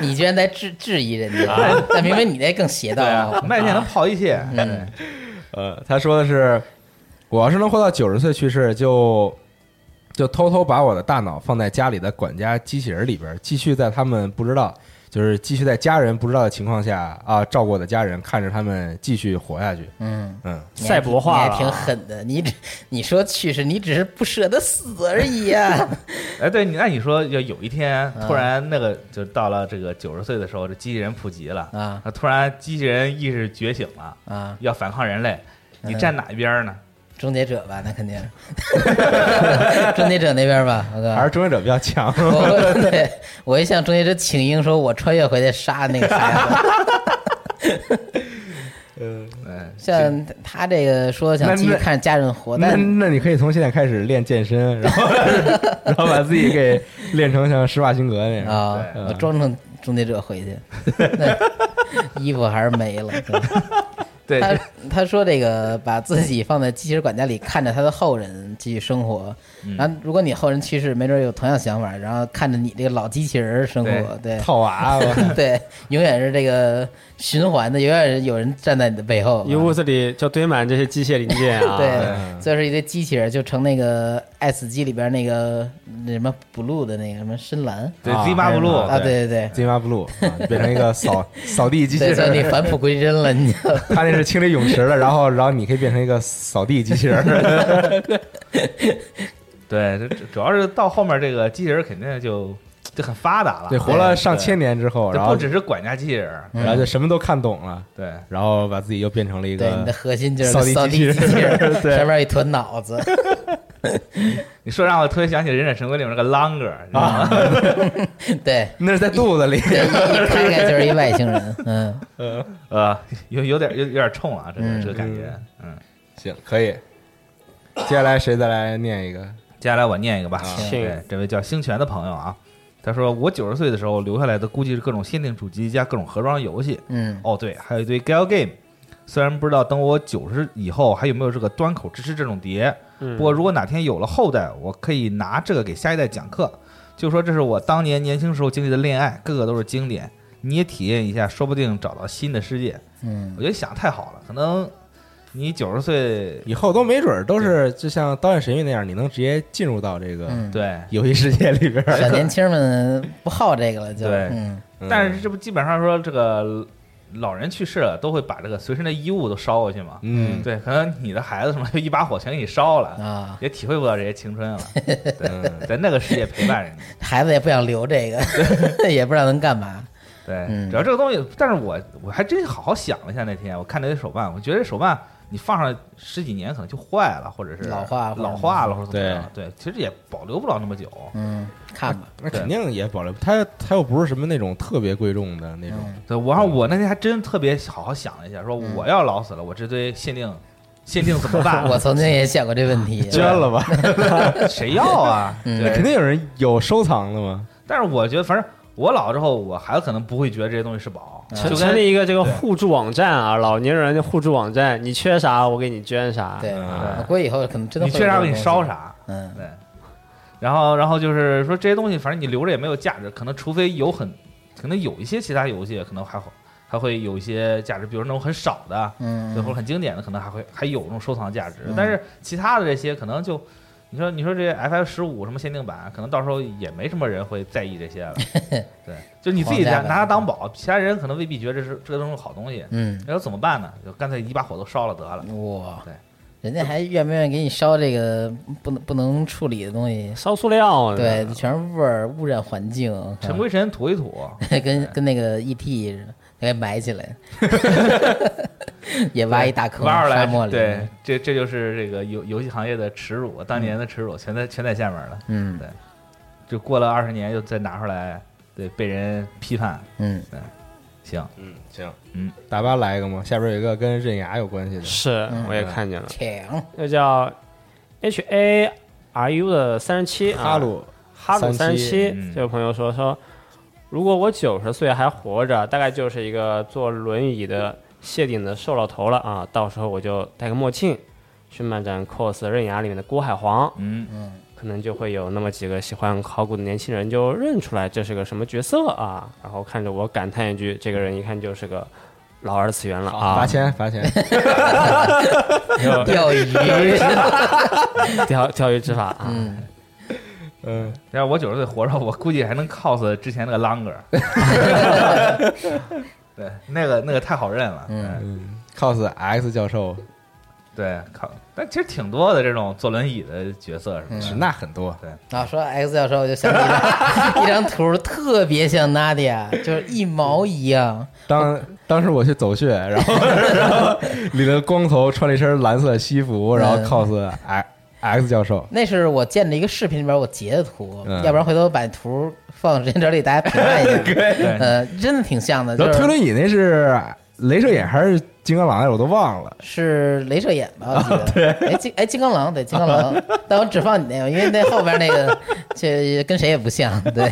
S2: 你居然在质质疑人家，但明明你那更邪道
S5: 对啊，
S2: 啊，
S5: 麦片能跑一切，
S2: 嗯
S3: 呃，他说的是，我要是能活到九十岁去世，就就偷偷把我的大脑放在家里的管家机器人里边，继续在他们不知道，就是继续在家人不知道的情况下啊，照顾我的家人，看着他们继续活下去。
S2: 嗯。
S3: 嗯，
S2: 你还
S4: 赛博化
S2: 你
S4: 了啊
S2: 还挺狠的。你只你说去世，你只是不舍得死而已啊。
S5: 哎，对你，那你说要有一天
S2: 嗯
S5: 突然那个就到了这个九十岁的时候，这机器人普及了
S2: 啊，
S5: 突然机器人意识觉醒了，
S2: 啊，
S5: 要反抗人类，你
S2: 嗯
S5: 站哪一边儿呢？
S2: 终结者吧，那肯定 是终结者那边吧，我
S3: 还
S2: 靠。
S3: 是终结者比较强。
S2: 我对我一向终结者请缨说，我穿越回去杀那个孩子。
S5: 嗯，行
S2: 像他这个说想继续看着家人活，
S3: 那
S2: 但
S3: 那你可以从现在开始练健身，然后 然后把自己给练成像施瓦辛格那样。
S2: 啊，
S5: 对
S2: 我装成终结者回去，那衣服还是没了。对
S5: 对，
S2: 他
S5: 这
S2: 他说这个把自己放在机器人管家里，看着他的后人继续生活。然后如果你后人去世，没准有同样想法，然后看着你这个老机器人生活，对。
S3: 套娃，我
S2: 对，永远是这个循环的，永远是有人站在你的背后。
S4: 一屋子里就堆满这些机械零件啊，
S3: 哎
S2: 对，最后是一堆机器人，就成那个《爱死机》里边那个那什么 blue 的那个什么深蓝
S5: 对
S3: 啊
S5: Z 八
S3: 还是
S5: blue
S3: 哦
S2: 啊，对对对，
S3: 金发 blue 啊变成一个扫扫地机器
S2: 对，所以你
S3: 人，
S2: 返璞归真了，你就
S3: 他那是清理泳池的，然后然后你可以变成一个扫地机器人，
S5: 对，这这主要是到后面这个机器人肯定就就很发达了，
S3: 对，活了上千年之后，
S5: 对，
S3: 哦然
S5: 就不
S3: 后嗯
S5: 只是管家机器人，
S3: 然后就什么都看懂了，
S5: 对，
S3: 然后把自己又变成了一
S2: 对你的
S3: 个
S2: 核心就是
S3: 扫
S2: 个
S3: 地
S2: 扫
S3: 机器
S2: 地
S3: 人
S2: 机器人，
S3: 对
S2: 上面一坨脑子，
S5: 你说让我突然想起《忍者神龟》里面那个 Longer，你知道吗
S2: 对，
S3: 那是在肚子里，
S2: 对，一一开开就是一外星人，嗯，
S5: 呃，有有点有有点冲啊，这个
S2: 嗯
S5: 这个感觉，嗯，
S3: 行，可以。接下来谁再来念一个？
S5: 接下来我念一个吧，
S3: 啊
S4: 行
S5: 对，这位叫星泉的朋友啊，他说我九十岁的时候留下来的估计是各种限定主机加各种盒装游戏，
S2: 嗯
S5: 哦，对，还有一堆 Gal Game。虽然不知道等我九十以后还有没有这个端口支持这种碟，
S4: 嗯
S5: 不过如果哪天有了后代，我可以拿这个给下一代讲课，就说这是我当年年轻时候经历的恋爱，个个都是经典。你也体验一下，说不定找到新的世界。
S2: 嗯
S5: 我觉得想太好了，可能你九十岁，
S3: 以后都没准儿都是就像《导演神域》那样，你能直接进入到这个
S2: 嗯，
S5: 对。
S3: 游戏世界里 边儿。
S2: 小年轻们不好这个了，就
S5: 对
S2: 嗯
S3: 嗯
S5: 但是这不基本上说这个老人去世了，都会把这个随身的衣物都烧过去嘛？
S3: 嗯，
S5: 对，可能你的孩子什么就一把火全给你烧了，
S2: 啊，
S5: 也体会不到这些青春了。
S3: 嗯
S5: 在那个世界陪伴人家。
S2: 孩子也不想留这 个，也不知道能干嘛，
S5: 对，
S2: 嗯
S5: 主要这个东西，但是我我还真好好想了一下，那天我看那些手办，我觉得这手办你放上十几年可能就坏了，或者是
S2: 老化或者
S5: 老化了，或者怎么样？对，其实也保留不了那么久。
S2: 嗯，看吧，
S3: 那肯定也保留，它它又不是什么那种特别贵重的那种。
S2: 嗯
S5: 对，我让我那天还真特别好好想了一下，说我要老死了，我这堆限定限定怎么
S3: 啊
S5: 办？
S2: 我曾经也想过这问题，
S3: 捐了吧，
S5: 谁要啊？
S2: 嗯
S3: 那
S5: 对
S3: 肯，定有人有收藏的嘛。
S5: 但是我觉得，反正我老了之后，我孩子可能不会觉得这些东西是宝，
S2: 嗯
S4: 成
S5: 就
S4: 成
S5: 跟
S4: 立一个这个互助网站啊，老年人的互助网站，你缺啥我给你捐啥。
S2: 对，
S3: 啊
S2: 我估计以后可能真的
S5: 你
S2: 会
S5: 缺
S2: 有
S5: 啥
S2: 这
S5: 我给你
S2: 种
S5: 烧
S2: 东西，
S5: 啥。
S2: 嗯
S5: 对，然后然后就是说这些东西，反正你留着也没有价值，可能除非有很，可能有一些其他游戏可能还好，还会有一些价值，比如那种很少的，
S2: 嗯，
S5: 对，或者很经典的，可能还会还有那种收藏价值
S2: 嗯。
S5: 但是其他的这些可能就。你说，你说这 F F 十五什么限定版，可能到时候也没什么人会在意这 些了。对，就你自己
S2: 皇
S5: 拿
S2: 家版
S5: 拿它当宝，其他人可能未必觉得这是这个东西好东西。
S2: 嗯，
S5: 那要怎么办呢？就干脆一把火都烧了得了。
S2: 哇，
S5: 嗯对
S2: 人家还愿不愿意给你烧这个不能不能处理的东西？
S4: 烧塑料，啊
S5: 啊
S2: 对，全是味儿，污染环境。啊
S5: 尘归尘，土归土，
S2: 跟跟那个 ET 似的，给埋起 来，也挖一大坑，
S5: 挖出
S2: 沙漠
S5: 来，
S2: 里。
S5: 对，，这这就是这个游游戏行业的耻辱，当年的耻辱全在全在下面了。
S2: 嗯
S5: 对就过了二十年，又再拿出来，对，被人批判，
S2: 嗯，
S5: 行，
S3: 嗯，行，
S5: 嗯，
S3: 大巴来一个吗？下边有一个跟刃牙有关系的，
S4: 是
S2: 嗯
S4: 我也看见了，
S2: 抢，
S4: 那叫 H A R U 的三十七
S3: 哈鲁
S4: 哈鲁三
S5: 37
S4: 七
S5: 嗯
S4: 这位朋友说说，如果我九十岁还活着，大概就是一个坐轮椅的谢顶的瘦老头了啊，到时候我就戴个墨镜，去漫展 cos 刃牙里面的郭海皇，
S5: 嗯，
S4: 可能就会有那么几个喜欢考古的年轻人就认出来这是个什么角色啊，然后看着我感叹一句，这个人一看就是个老二次元了
S3: 罚
S4: 啊，
S3: 钱罚钱，
S4: 又
S2: 钓鱼，
S4: 钓钓鱼执法啊，
S2: 嗯，
S3: 嗯，
S5: 要是我九十岁活着，我估计还能 cos 之前那个 Longer，对，那个那个太好认了，
S2: 嗯
S3: ，cos X 教授
S5: 对，靠，但其实挺多的这种坐轮椅的角色什么
S3: 是
S5: 的，
S3: 那很多，
S2: 啊，说到 X 教授，我就想起来 一张图，特别像 Nadia，就是一毛一样。
S3: 当当时我去走穴，然后然后理了光头，穿了一身蓝色西服，然后
S2: 嗯
S3: cos X X 教授，
S2: 那是我见的一个视频里边我截的图，
S3: 嗯
S2: 要不然回头把图放时间轴里大家评判一 下。呃，真的挺像的，
S3: 然
S2: 就
S3: 后推
S2: 是
S3: 轮椅那是镭射眼还是金刚狼来着？我都忘了。
S2: 是镭射眼吧？我记
S3: 啊
S2: 得。哎，金哎金刚狼对金刚狼， 但我只放你那个，因为那后边那个这跟谁也不像。对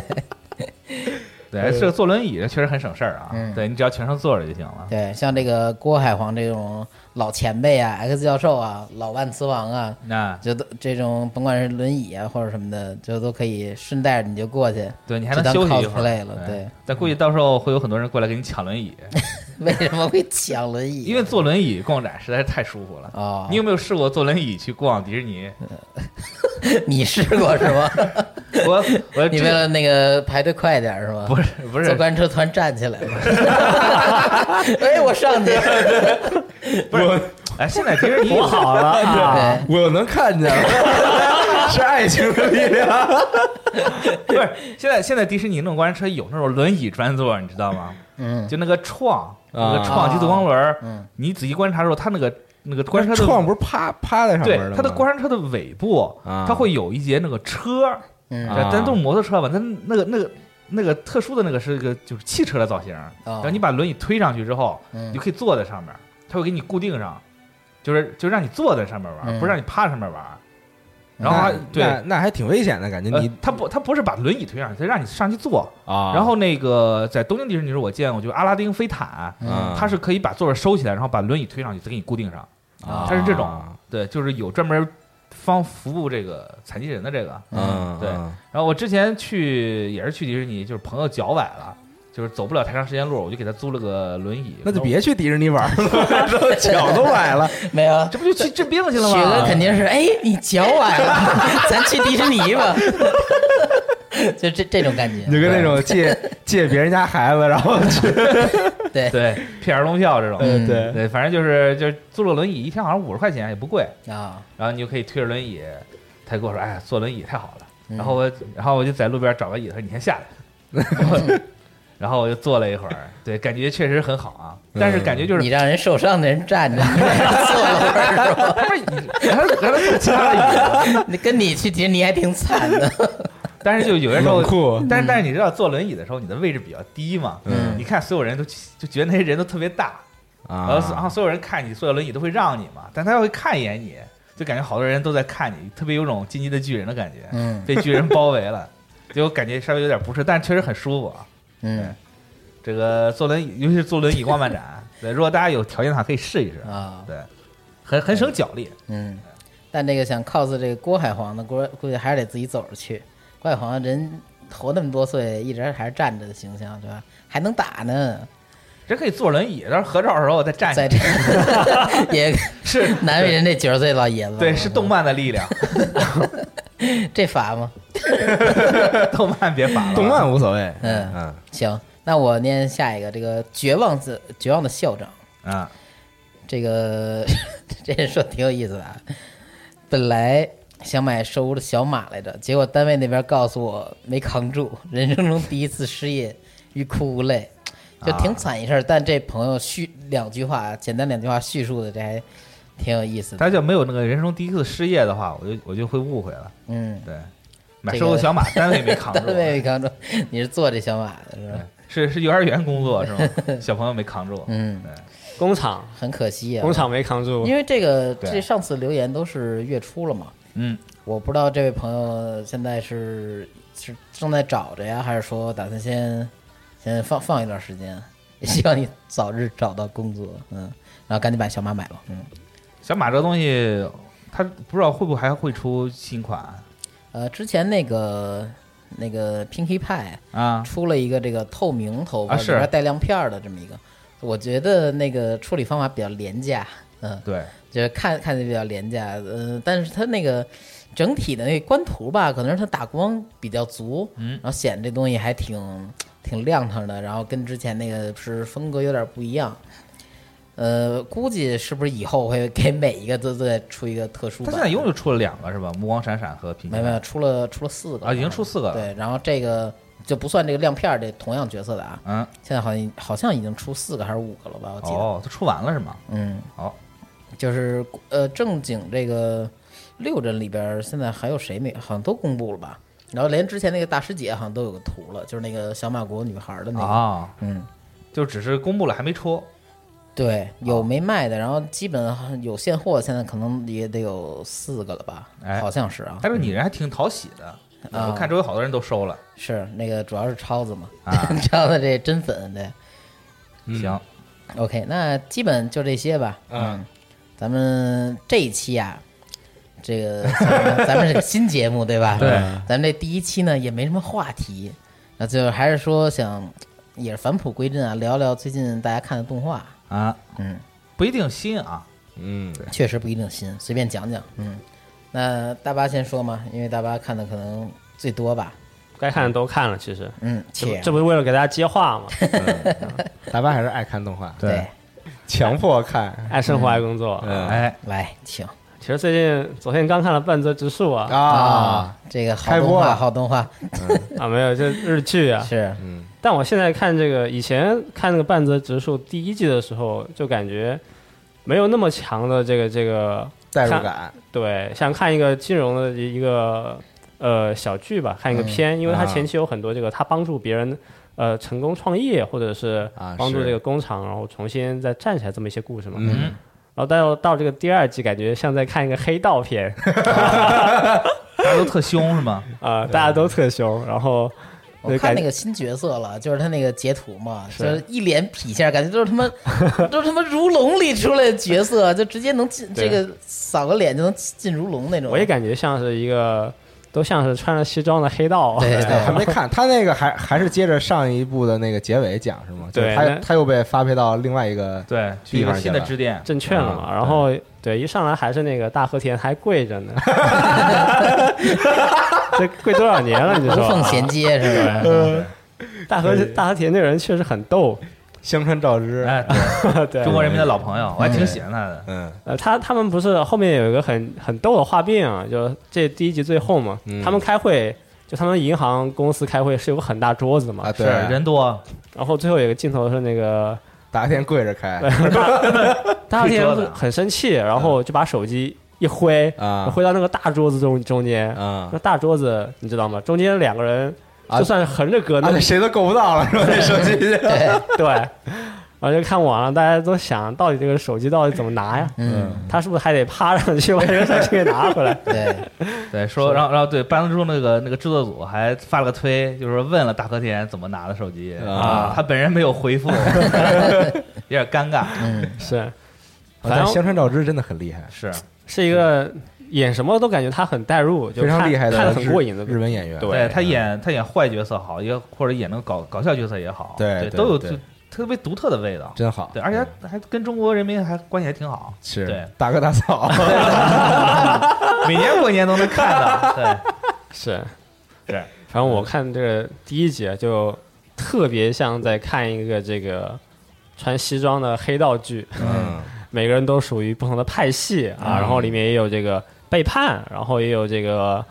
S5: 对，这个坐轮椅确实很省事儿啊，
S2: 嗯
S5: 对你只要全程坐着就行了，
S2: 对，像这个郭海皇这种老前辈啊，X 教授啊，老万磁王啊，
S5: 那
S2: 就都这种甭管是轮椅啊或者什么的，就都可以顺带着你就过去。
S5: 对你还
S2: 就
S5: 能
S2: 当
S5: 休息一会
S2: cosplay
S5: 儿，
S2: 了对，哎
S5: 但估计到时候会有很多人过来给你抢轮椅，
S2: 为什么会抢轮椅？
S5: 因为坐轮椅逛展实在是太舒服了。
S2: 哦，
S5: 你有没有试过坐轮椅去逛迪士尼？
S2: 你试过是吗？
S5: 我 我
S2: 你为了那个排队快点儿是吗？
S5: 不是不
S2: 坐
S5: 是
S2: 关车突然站起来 了，哎，我上去，
S5: 不是，哎，现在迪士尼
S4: 不 好了啊，
S2: 对，
S3: 我能看见， 是爱情的力量。
S5: 不是现在现在迪士尼弄过山车有那种轮椅专座，你知道吗？
S2: 嗯，
S5: 就那个创，那
S3: 啊
S5: 个创机动光轮儿
S2: 嗯，
S5: 你仔细观察的时候，它那个那个过山车的
S3: 创不是趴趴在上面
S5: 对
S3: 吗
S5: 它的过山车的尾部，
S3: 啊
S5: 它会有一节那个车，
S2: 嗯
S5: 对咱都是摩托车吧，它那个那个那个特殊的那个是一个就是汽车的造型，
S3: 啊
S5: 然后你把轮椅推上去之后，你就
S2: 哦嗯
S5: 可以坐在上面，它会给你固定上，就是就让你坐在上面玩，
S2: 嗯
S5: 不是让你趴上面玩。然后
S3: 那
S5: 还对，
S3: 那那还挺危险的感觉。
S5: 呃
S3: 你
S5: 他不他不是把轮椅推上去，他让你上去坐。
S3: 啊
S5: 然后那个在东京迪士尼时候我见过，就是阿拉丁飞
S3: 啊
S5: 毯，
S2: 嗯
S5: 它是可以把座位收起来，然后把轮椅推上去，再给你固定上。它是这种，
S3: 啊
S5: 对，就是有专门方服务这个残疾人的这个。
S3: 嗯，
S5: 对
S3: 嗯
S5: 然后我之前去也是去迪士尼，就是朋友脚崴了，就是走不了太长时间路，我就给他租了个轮椅。
S3: 那就别去迪士尼玩了， 都脚都崴了。
S2: 没有，
S5: 这不就去治病去嗯了吗？
S2: 雪哥肯定是，哎，你脚崴了， 咱去迪士尼吧， 就这这种感
S3: 你就
S2: 觉，
S3: 跟那种借 借别人家孩子，然后去，
S2: 对
S5: 对骗儿童票这种。
S2: 嗯
S3: 对，
S5: 嗯对，反正就是就是租了轮椅，一天好像五十块钱，也不贵。
S2: 啊，
S5: 然后你就可以推着轮椅。他就跟我说：“哎呀，坐轮椅太好了。”
S2: 嗯
S5: 然后我，然后我就在路边找个椅子，说：“你先下来。然后”然后我就坐了一会儿，对，感觉确实很好啊。但是感觉就是
S2: 嗯你让人受伤的人站着，你坐了会儿是吧
S5: 他们你还还能坐其他的椅子，
S2: 你跟你去迪士尼还挺惨的，
S5: 但是就有些时候
S3: 冷，酷，
S5: 但是但是你知道坐轮椅的时候，你的位置比较低嘛，
S2: 嗯啊
S5: 你看所有人都就觉得那些人都特别大，
S3: 啊
S5: 然后然呃啊后所有人看你坐轮椅都会让你嘛，但他会看一眼你，就感觉好多人都在看你，特别有种进击的巨人的感觉。
S2: 嗯
S5: 被巨人包围了， 就感觉稍微有点不适，但确实很舒服啊。
S2: 嗯
S5: 这个坐轮椅，尤其是坐轮椅逛漫展， 对，如果大家有条件的话，可以试一试，
S2: 啊，
S5: 对，很很省脚力。
S2: 嗯，但这个想 cos 这个郭海皇的，郭估计还是得自己走着去。郭海皇人活那么多岁，一直还是站着的形象，对吧？还能打呢，
S5: 人可以坐轮椅，到时候合照的时候再站
S2: 在
S5: 起
S2: 这
S5: 来，
S2: 也
S5: 是
S2: 难为人这九十岁老爷子了。
S5: 对，是动漫的力量，
S2: 这法吗？
S5: 动漫别烦了。啊
S3: 动漫无所谓，
S2: 嗯
S3: 嗯
S2: 行，那我念下一个，这个绝望的绝望的校长，
S5: 啊，
S2: 这个 这人说得挺有意思的啊。本来想买手屋的小马来着，结果单位那边告诉我没扛住，人生中第一次失业，欲哭无泪，就
S5: 啊
S2: 挺惨一事儿。但这朋友叙两句话，简单两句话叙述的，这还挺有意思的。
S5: 他就没有那个人生中第一次失业的话，我就我就会误会了。
S2: 嗯，
S5: 对，买
S2: 这
S5: 收
S2: 个
S5: 购小马，单位 没扛住
S2: 单，位没扛住，你是做这小马的是吧？
S5: 是是幼儿园工作是 吗？小朋友没扛住，
S2: 嗯，
S5: 对，
S4: 工厂
S2: 很可惜啊
S4: 工。厂没扛住
S2: 因，为这个，
S5: 对
S2: 这上次留言都是月初了嘛，
S5: 嗯，
S2: 我不知道这位朋友现在是是正在找着呀，还是说打算先先放放一段时间？
S5: 嗯
S2: 也希望你早日找到工作，嗯，然后赶紧把小马买了，嗯，
S5: 小马这东西，他不知道会不会还会出新款
S2: 呃，之前那个那个 Pinky Pie
S5: 啊？
S2: 出了一个这个透明头发
S5: 啊
S2: 里
S5: 是
S2: 边带亮片儿的这么一个，我觉得那个处理方法比较廉价，嗯，
S5: 对，
S2: 就是看看着比较廉价，呃，但是它那个整体的那个官图吧，可能是它打光比较足，
S5: 嗯
S2: 然后显得这东西还挺挺亮堂的，然后跟之前那个是风格有点不一样，呃，估计是不是以后会给每一个都都再出一个特殊
S5: 他
S2: 版？
S5: 现在一共就出了两个是吧？目光闪闪和平
S2: 没有没有，出了出了四个
S5: 啊，已经出四个了。，
S2: 对，然后这个就不算这个亮片儿这同样角色的啊，
S5: 嗯，
S2: 现在好像好像已经出四个还是五个了吧？我记得，
S5: 哦，他出完了是吗？
S2: 嗯，
S5: 好，
S2: 就是呃正经这个六人里边儿，现在还有谁没？好像都公布了吧？然后连之前那个大师姐好像都有个图了，就是那个小马国女孩儿的那个，
S5: 啊，
S2: 嗯，
S5: 就只是公布了还没出，
S2: 对，
S5: 啊
S2: 有没卖的，然后基本好像有现货，现在可能也得有四个了吧，
S5: 哎
S2: 好像是啊，
S5: 但是你人还挺讨喜的，
S2: 啊
S5: 我看周围好多人都收了
S2: 是那个主要是超子嘛，
S5: 啊。
S2: 超子这真粉对
S3: 嗯
S5: 行，
S2: ，OK，那基本就这些吧，
S3: 嗯，
S2: 咱们这一期啊，这个咱们咱们是个新节目对吧？嗯
S5: 对，
S2: 咱们这第一期呢也没什么话题，那就还是说想也是返璞归真啊，聊聊最近大家看的动画，
S5: 啊，
S2: 嗯，
S5: 不一定新啊，
S3: 嗯，
S2: 确实不一定新，随便讲讲，嗯，那大巴先说嘛，因为大巴看的可能最多吧，
S4: 该看的都看了，其实。
S2: 嗯，
S4: 这不
S2: 且
S4: 这不是为了给大家接话吗？
S3: 大巴还是爱看动画，
S2: 对，
S3: 强迫看，
S4: 爱生活爱工作。
S3: 嗯
S5: 哎，
S2: 来请
S4: 其实最近昨天刚看了《半泽直树》啊
S3: 啊，，
S2: 这个好
S3: 开
S2: 动
S3: 播
S2: 画
S3: 了
S2: 好动画
S4: 啊没有，这日 剧啊。
S2: 是，
S3: 嗯，
S4: 但我现在看这个，以前看那个《半泽直树》第一季的时候，就感觉没有那么强的这个这个
S3: 代入感，
S4: 对，像看一个金融的一一个呃小剧
S3: 嗯
S4: 吧，看一个片，因为
S3: 啊
S4: 他前期有很多这个他帮助别人呃成功创业，或者是
S3: 啊
S4: 帮助
S3: 是
S4: 这个工厂，然后重新再站起来这么一些故事嘛。
S3: 嗯，
S4: 然后到到这个第二季，感觉像在看一个黑道 片，
S5: 大家都特凶是吗？
S4: 啊，大家都特凶，然后
S2: 我看
S4: 感
S2: 那个新角色了，就是他那个截图嘛，
S4: 是
S2: 就是一脸痞相，感觉都是他妈，都是他妈如龙里出来的角色，就直接能进这
S4: 对
S2: 个扫个脸就能进如龙那种。
S4: 我也感觉像是一个都像是穿了西装的黑道，
S2: 对对
S3: 哎还
S2: 对，
S3: 没看，他那个还还是接着上一部的那个结尾讲是吗？就是
S4: 对
S3: 他
S4: 那
S3: 他又被发配到另外一个，
S5: 对，去
S3: 地
S5: 一个
S3: 方去
S5: 新的
S3: 了
S5: 支店，
S4: 证券了嘛。
S3: 啊
S4: 然后对，一上来还是那个大和田还跪着呢，这跪多少年了？你就
S2: 无
S4: 说
S2: 缝衔
S4: 啊
S2: 接是吧？嗯
S4: 大和大和田那个人确实很逗，
S3: 香川照之，
S5: 哎，对
S4: 对
S5: 中国人民的老朋友，我还挺喜欢他的。
S3: 嗯
S4: 呃，他他们不是后面有一个很很逗的画面啊，就这第一集最后嘛，
S3: 嗯
S4: 他们开会，就他们银行公司开会是有个很大桌子嘛，
S3: 啊，
S5: 是
S3: 对，
S5: 人多，
S4: 然后最后有一个镜头是那个
S3: 打天跪着 开，
S4: 大
S5: 推
S4: 天
S5: 桌子
S4: 很生气，然后就把手机一挥，
S3: 啊
S4: 挥到那个大桌子中中间，
S3: 啊
S4: 那大桌子你知道吗？中间两个人
S3: 啊
S4: 就算是横着隔那
S3: 啊，
S4: 么
S3: 对，谁都够不到了，是吧？那手机，
S4: 对，然后就看网上大家都想到底这个手机到底怎么拿呀？
S2: 嗯，
S4: 他是不是还得趴上去把这个手机给拿回来？
S2: 对，
S5: 对，说，然后，然后对，半泽之那个那个制作组还发了个推，就是说问了大和田怎么拿的手机
S3: 啊
S5: 他本人没有回 复，有点尴尬。
S4: 是，反
S3: 但
S4: 正
S3: 香川照之真的很厉害，
S5: 是，
S4: 是一个演什么都感觉他很代入，就
S3: 非常
S4: 看
S3: 厉害
S4: 看
S3: 的
S4: 得很过瘾的
S3: 日日本演员，
S4: 对
S5: 对他演他演坏角色好，也或者演那个搞搞笑角色也好，
S3: 对
S5: 对，
S3: 对
S5: 都有
S3: 对
S5: 就特别独特的味道。
S3: 真好，
S5: 对，而且还还跟中国人民还关系还挺 好，
S3: 是
S5: 对
S3: 大哥大嫂，
S5: 每年过年都能看到。对，
S4: 是，
S5: 是，
S4: 反正我看这个第一集啊就特别像在看一个这个穿西装的黑道剧，
S3: 嗯，
S4: 每个人都属于不同的派系
S5: 嗯
S4: 啊，然后里面也有这个背叛，然后也有这个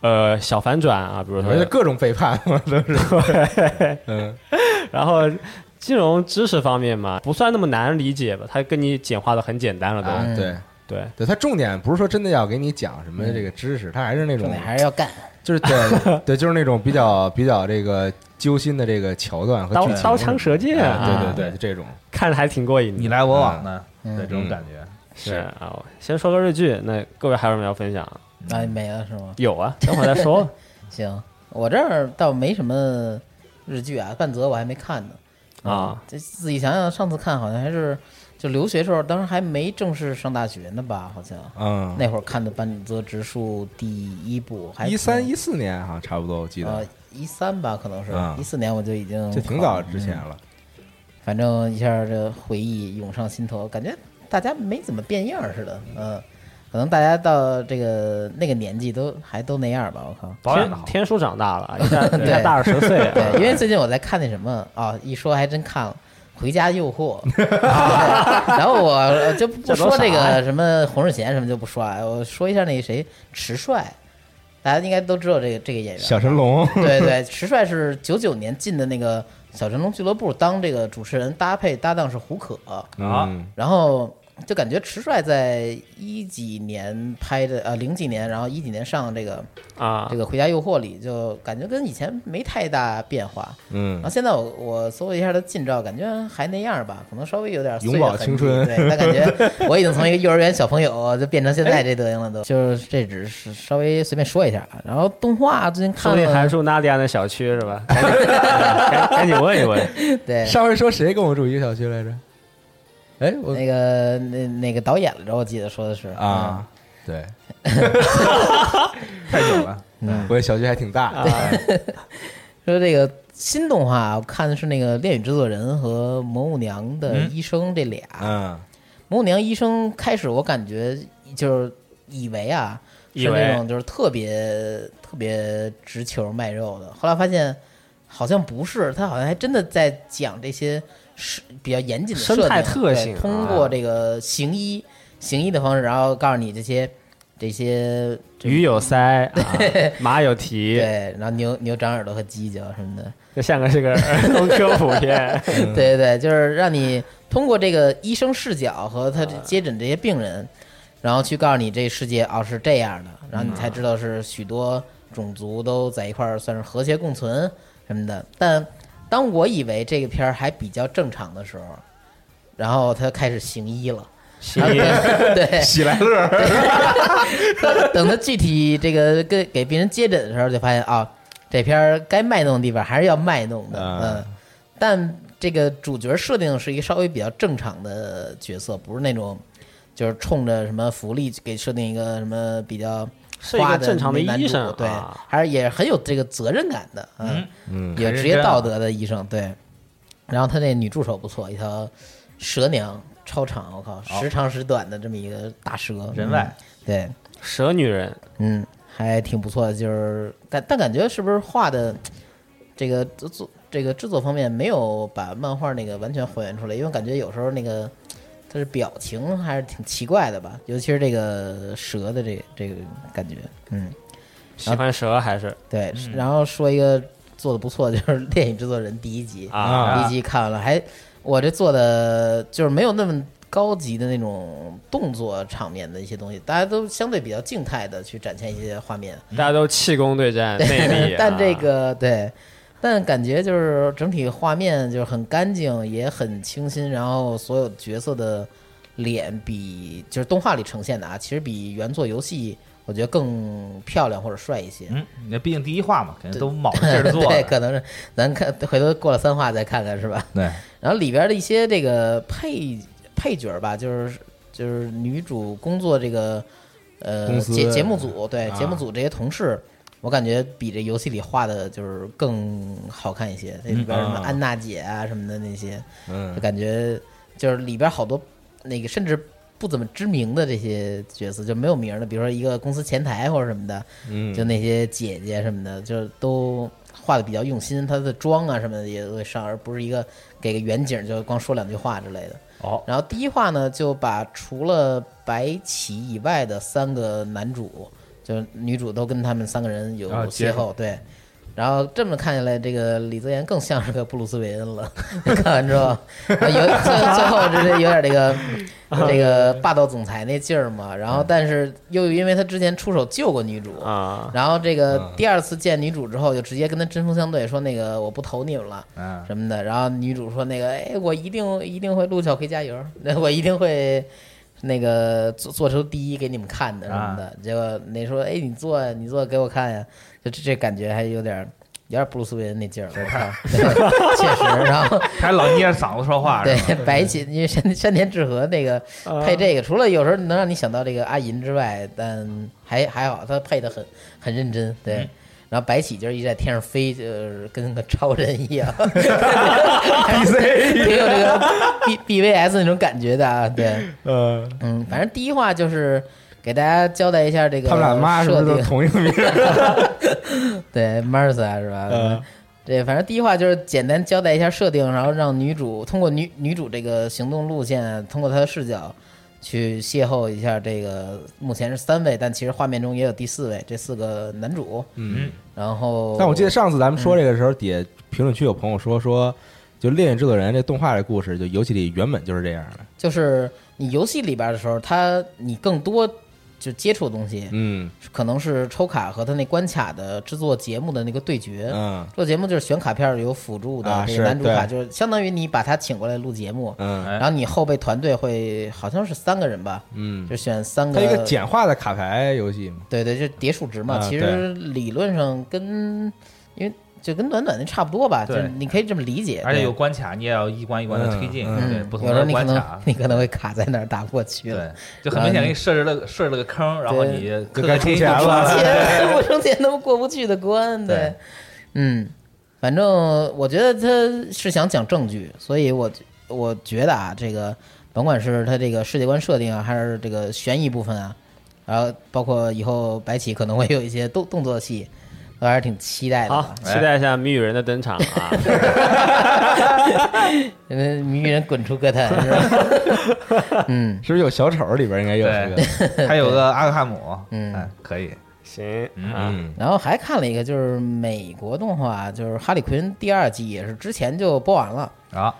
S4: 呃小反转啊，比如
S3: 我觉
S5: 哎
S3: 得
S4: 说，
S3: 各种背叛 都是， 嗯，
S4: 然后金融知识方面嘛，不算那么难理解吧，它跟你简化的很简单了都，
S5: 哎
S3: 啊对
S4: 对，
S3: 对，他重点不是说真的要给你讲什
S4: 嗯
S3: 么这个知识，他还是那
S2: 重
S3: 种
S2: 点还是要干，
S3: 就是对对，就是那种比较比较这个揪心的这个桥段和
S4: 刀
S3: 剧情
S4: 刀枪舌剑
S3: 哎
S4: 啊，
S3: 对对对，这种
S4: 看着还挺过瘾的。
S5: 你来我往的，
S2: 嗯
S5: 对这种感觉。
S4: 是啊，我先说个日剧，那各位还有什么要分享？
S2: 啊，没了是吗？
S4: 有啊，等会儿再说。
S2: 行，我这儿倒没什么日剧啊，半泽我还没看呢。嗯
S4: 啊，
S2: 这自己想想，上次看好像还是就留学时候，当时还没正式上大学呢吧？好
S4: 啊
S2: 像
S3: 嗯，
S2: 那会儿看的《半泽直树》第一部，还
S3: 一三一四年好像差不多，我记
S2: 呃
S3: 得
S2: 一三吧，可能是
S3: 嗯
S2: 一四年我就已经嗯
S3: 就挺早之前了。
S2: 反正一下这回忆涌上心头，感觉大家没怎么变样儿似的，嗯、可能大家到这个那个年纪都还都那样吧，我靠。
S5: 保养的
S4: 天
S5: 好，
S4: 天叔长大了，一下
S2: 对
S4: 一下大了十岁啊。
S2: 对，因为最近我在看那什么啊、一说还真看了。回家诱惑， 啊然后我就不说这
S3: 啊
S2: 个什么洪世贤什么就不说了，我说一下那谁迟帅，大家应该都知道这个这个
S4: 嗯
S2: 演员。
S3: 小神龙，
S2: 对对，迟帅是九九年进的那个小神龙俱乐部，当这个主持人搭配搭档是胡可，
S5: 啊
S3: 嗯
S2: 然后就感觉迟帅在一几年拍的，呃零几年，然后一几年上这个
S4: 啊
S2: 这，个《回家诱惑》里，就感觉跟以前没太大变化。然后
S3: 嗯，
S2: 现在我我搜了一下他近照，感觉还那样吧，可能稍微有点岁
S3: 永
S2: 月
S3: 葆
S2: 痕迹
S3: 青春
S2: 对，但感觉我已经从一个幼儿园小朋友就变成现在这德行了都， 就是这只是稍微随便说一下啊。然后动画最近
S4: 说
S2: 看
S4: 不定还
S2: 了，
S4: 住纳迪亚那小区是吧？赶紧赶赶紧问一问。
S2: 对
S3: 上回说谁跟我住一个小区来着？哎，我
S2: 那个那那个导演来着，我记得说的是
S3: 啊，，对，
S5: 太久了。
S2: 嗯，
S3: 我小区还挺大，
S2: 啊说这个新动画，我看的是那个《恋与制作人》和《魔舞娘的医生》这俩。
S3: 嗯
S2: 魔舞娘医生开始我感觉就是以为啊，
S4: 以
S2: 是
S4: 为
S2: 那种就是特别特别直球卖肉的，后来发现好像不是，他好像还真的在讲这些是比较严谨的
S4: 生
S2: 设
S4: 态
S2: 定
S4: 特
S2: 对
S4: 性啊
S2: 通过这个行医行医的方式，然后告诉你这些这些
S4: 鱼有鳃，啊马有蹄，
S2: 对，然后牛牛长耳朵和犄角什么的。
S4: 就像个这个儿 童科普片。
S2: 对对对，就是让你通过这个医生视角和他这接诊这些病人，然后去告诉你这世界哦是这样的，然后你才知道是许多种族都在一块儿算是和谐共存什么的。但当我以为这个片儿还比较正常的时候，然后他开始行医了，然后 对，
S3: 喜来乐，
S2: 等他具体这个跟给别人接诊的时候，就发现啊，这片儿该卖弄的地方还是要卖弄的，
S3: 啊
S2: 嗯，但这个主角设定是一个稍微比较正常的角色，不是那种就是冲着什么福利给设定一个什么比较
S4: 是一个
S2: 花的
S4: 正常的
S2: 男主
S4: 医生
S2: 对
S4: 啊，
S2: 还是也很有这个责任感的，嗯，
S3: 嗯
S2: 有
S5: 很认
S2: 职业
S5: 真啊
S2: 道德的医生，对。然后他那女助手不错，一条蛇娘超长，我靠，时长时短的这么一个大蛇，
S5: 人外
S2: 嗯对。
S4: 蛇女人
S2: 嗯，还挺不错的，就是但但感觉是不是画的这个制作这个制作方面没有把漫画那个完全还原出来，因为感觉有时候那个它是表情还是挺奇怪的吧，尤其是这个蛇的这这个感觉，嗯，
S4: 喜欢蛇还是
S2: 对。然后说一个做的不错的就是《电影制作人》第一集
S4: 啊？
S2: 第一集看完了，还我这做的就是没有那么高级的那种动作场面的一些东西，大家都相对比较静态的去展现一些画面。。
S4: 大家都气功对战，内力
S2: 嗯
S4: 啊
S2: 但这个对，但感觉就是整体画面就是很干净，也很清新，然后所有角色的脸比就是动画里呈现的啊，其实比原作游戏我觉得更漂亮或者帅一些。
S5: 嗯，那毕竟第一话嘛，肯定都卯着劲儿做
S2: 对，
S5: 的。
S2: 可能是咱看回头过了三话再看看是吧？
S5: 对，
S2: 然后里边的一些这个配配角儿吧，就是就是女主工作这个呃
S3: 公司
S2: 节节目组对、
S3: 啊
S2: 节目组这些同事，我感觉比这游戏里画的就是更好看一些。这里边什么
S3: 啊
S2: 安娜姐啊什么的那些，就
S3: 嗯
S2: 感觉就是里边好多那个甚至不怎么知名的这些角色就没有名儿的，比如说一个公司前台或者什么的，
S3: 嗯，
S2: 就那些姐姐什么的，就是都画的比较用心，她的妆啊什么的也会上，而不是一个给个远景就光说两句话之类的。
S5: 哦，
S2: 然后第一话呢，就把除了白起以外的三个男主，就是女主都跟他们三个人有
S5: 啊
S2: 邂
S5: 接
S2: 逅，
S5: 触
S2: 对。然后这么看下来，这个李泽言更像是个布鲁斯韦恩了。 看完之后，啊有最最后这有点这个这个霸道总裁那劲儿嘛。然后，但是又因为他之前出手救过女主，
S4: 啊，
S2: 然后这个
S3: 嗯
S2: 第二次见女主之后，就直接跟她针锋相对，说那个我不投你们了。
S5: 嗯，
S2: 什么的。然后女主说那个，哎，我一定一定会陆小葵加油，那 我一定会那个做做出第一给你们看的什么的。结果那说，哎，你做呀你做给我看呀，就这这感觉还有点儿有点儿布鲁斯韦恩那劲儿，我靠， 对确实。然后
S5: 还老捏着嗓子说话，
S2: 对白起，因为山山田智和那个
S3: 啊
S2: 配这个，除了有时候能让你想到这个阿银之外，但还还好，他配的很很认真，对。
S3: 嗯
S2: 然后白起就是一直在天上飞，就是跟个超人一 样， 挺有这个 B B V S 那种感觉的啊。 对，
S3: 呃，
S2: 嗯，反正第一话就是给大家交代一下这个
S3: 他们俩妈是不
S2: 设
S3: 是都
S2: 定，
S3: 同一个名儿？
S2: 对 Martha 是吧？
S3: 呃
S2: 对，反正第一话就是简单交代一下设定，然后让女主通过女女主这个行动路线，通过她的视角去邂逅一下这个目前是三位，但其实画面中也有第四位，这四个男主。
S3: 嗯，
S2: 然后，
S3: 但我记得上次咱们说这个时候，底下评论区有朋友说说，就《恋与制作人》这动画的故事，就游戏里原本就是这样的。
S2: 就是你游戏里边的时候，它你更多就接触的东西，
S3: 嗯
S2: 可能是抽卡和他那关卡的制作节目的那个对决。
S3: 嗯
S2: 做节目就是选卡片儿有辅助的，
S3: 啊
S2: 这
S3: 是
S2: 个男主卡
S3: 对
S2: 就是相当于你把他请过来录节目，
S3: 嗯
S5: 哎
S2: 然后你后备团队会好像是三个人吧，
S3: 嗯，
S2: 就选三
S3: 它
S2: 个。
S3: 一个简化的卡牌游戏嘛。
S2: 对对，就叠数值嘛。
S3: 啊
S2: 其实理论上跟因为就跟暖暖那差不多吧，就
S5: 对
S2: 你可以这么理解。
S5: 而且
S2: 对
S5: 有关卡，你也要一关一关的推进，
S3: 嗯
S5: 对，
S2: 嗯，
S5: 不同
S2: 有时候
S5: 的
S2: 你可
S5: 关
S2: 能
S5: 卡，
S2: 你可能会卡在那儿打不过去了
S5: 对。，就很明显给你设置了个设置了个坑，然后你氪
S3: 就该
S5: 个
S3: 充
S5: 金
S3: 钱
S5: 就
S3: 了
S5: 出来
S2: 钱不挣钱都过不去的关，对
S5: 啊对，
S2: 嗯，反正我觉得他是想讲证据，所以我我觉得啊，这个甭管是他这个世界观设定啊，还是这个悬疑部分啊，然后包括以后白起可能会有一些动动作戏，我还是挺期待的
S4: 好
S2: 吧。，
S4: 期待一下谜语人的登 场啊！
S2: 因为谜嗯语人滚出歌坛，是吧？嗯
S3: 是不是有小丑里边应该有这个？
S5: 还有个阿克汉姆，
S2: 嗯
S5: 哎，可以，
S4: 行啊，
S3: 嗯，
S2: 然后还看了一个，就是美国动画，就是《哈利奎恩》第二季，也是之前就播完了。
S5: 啊，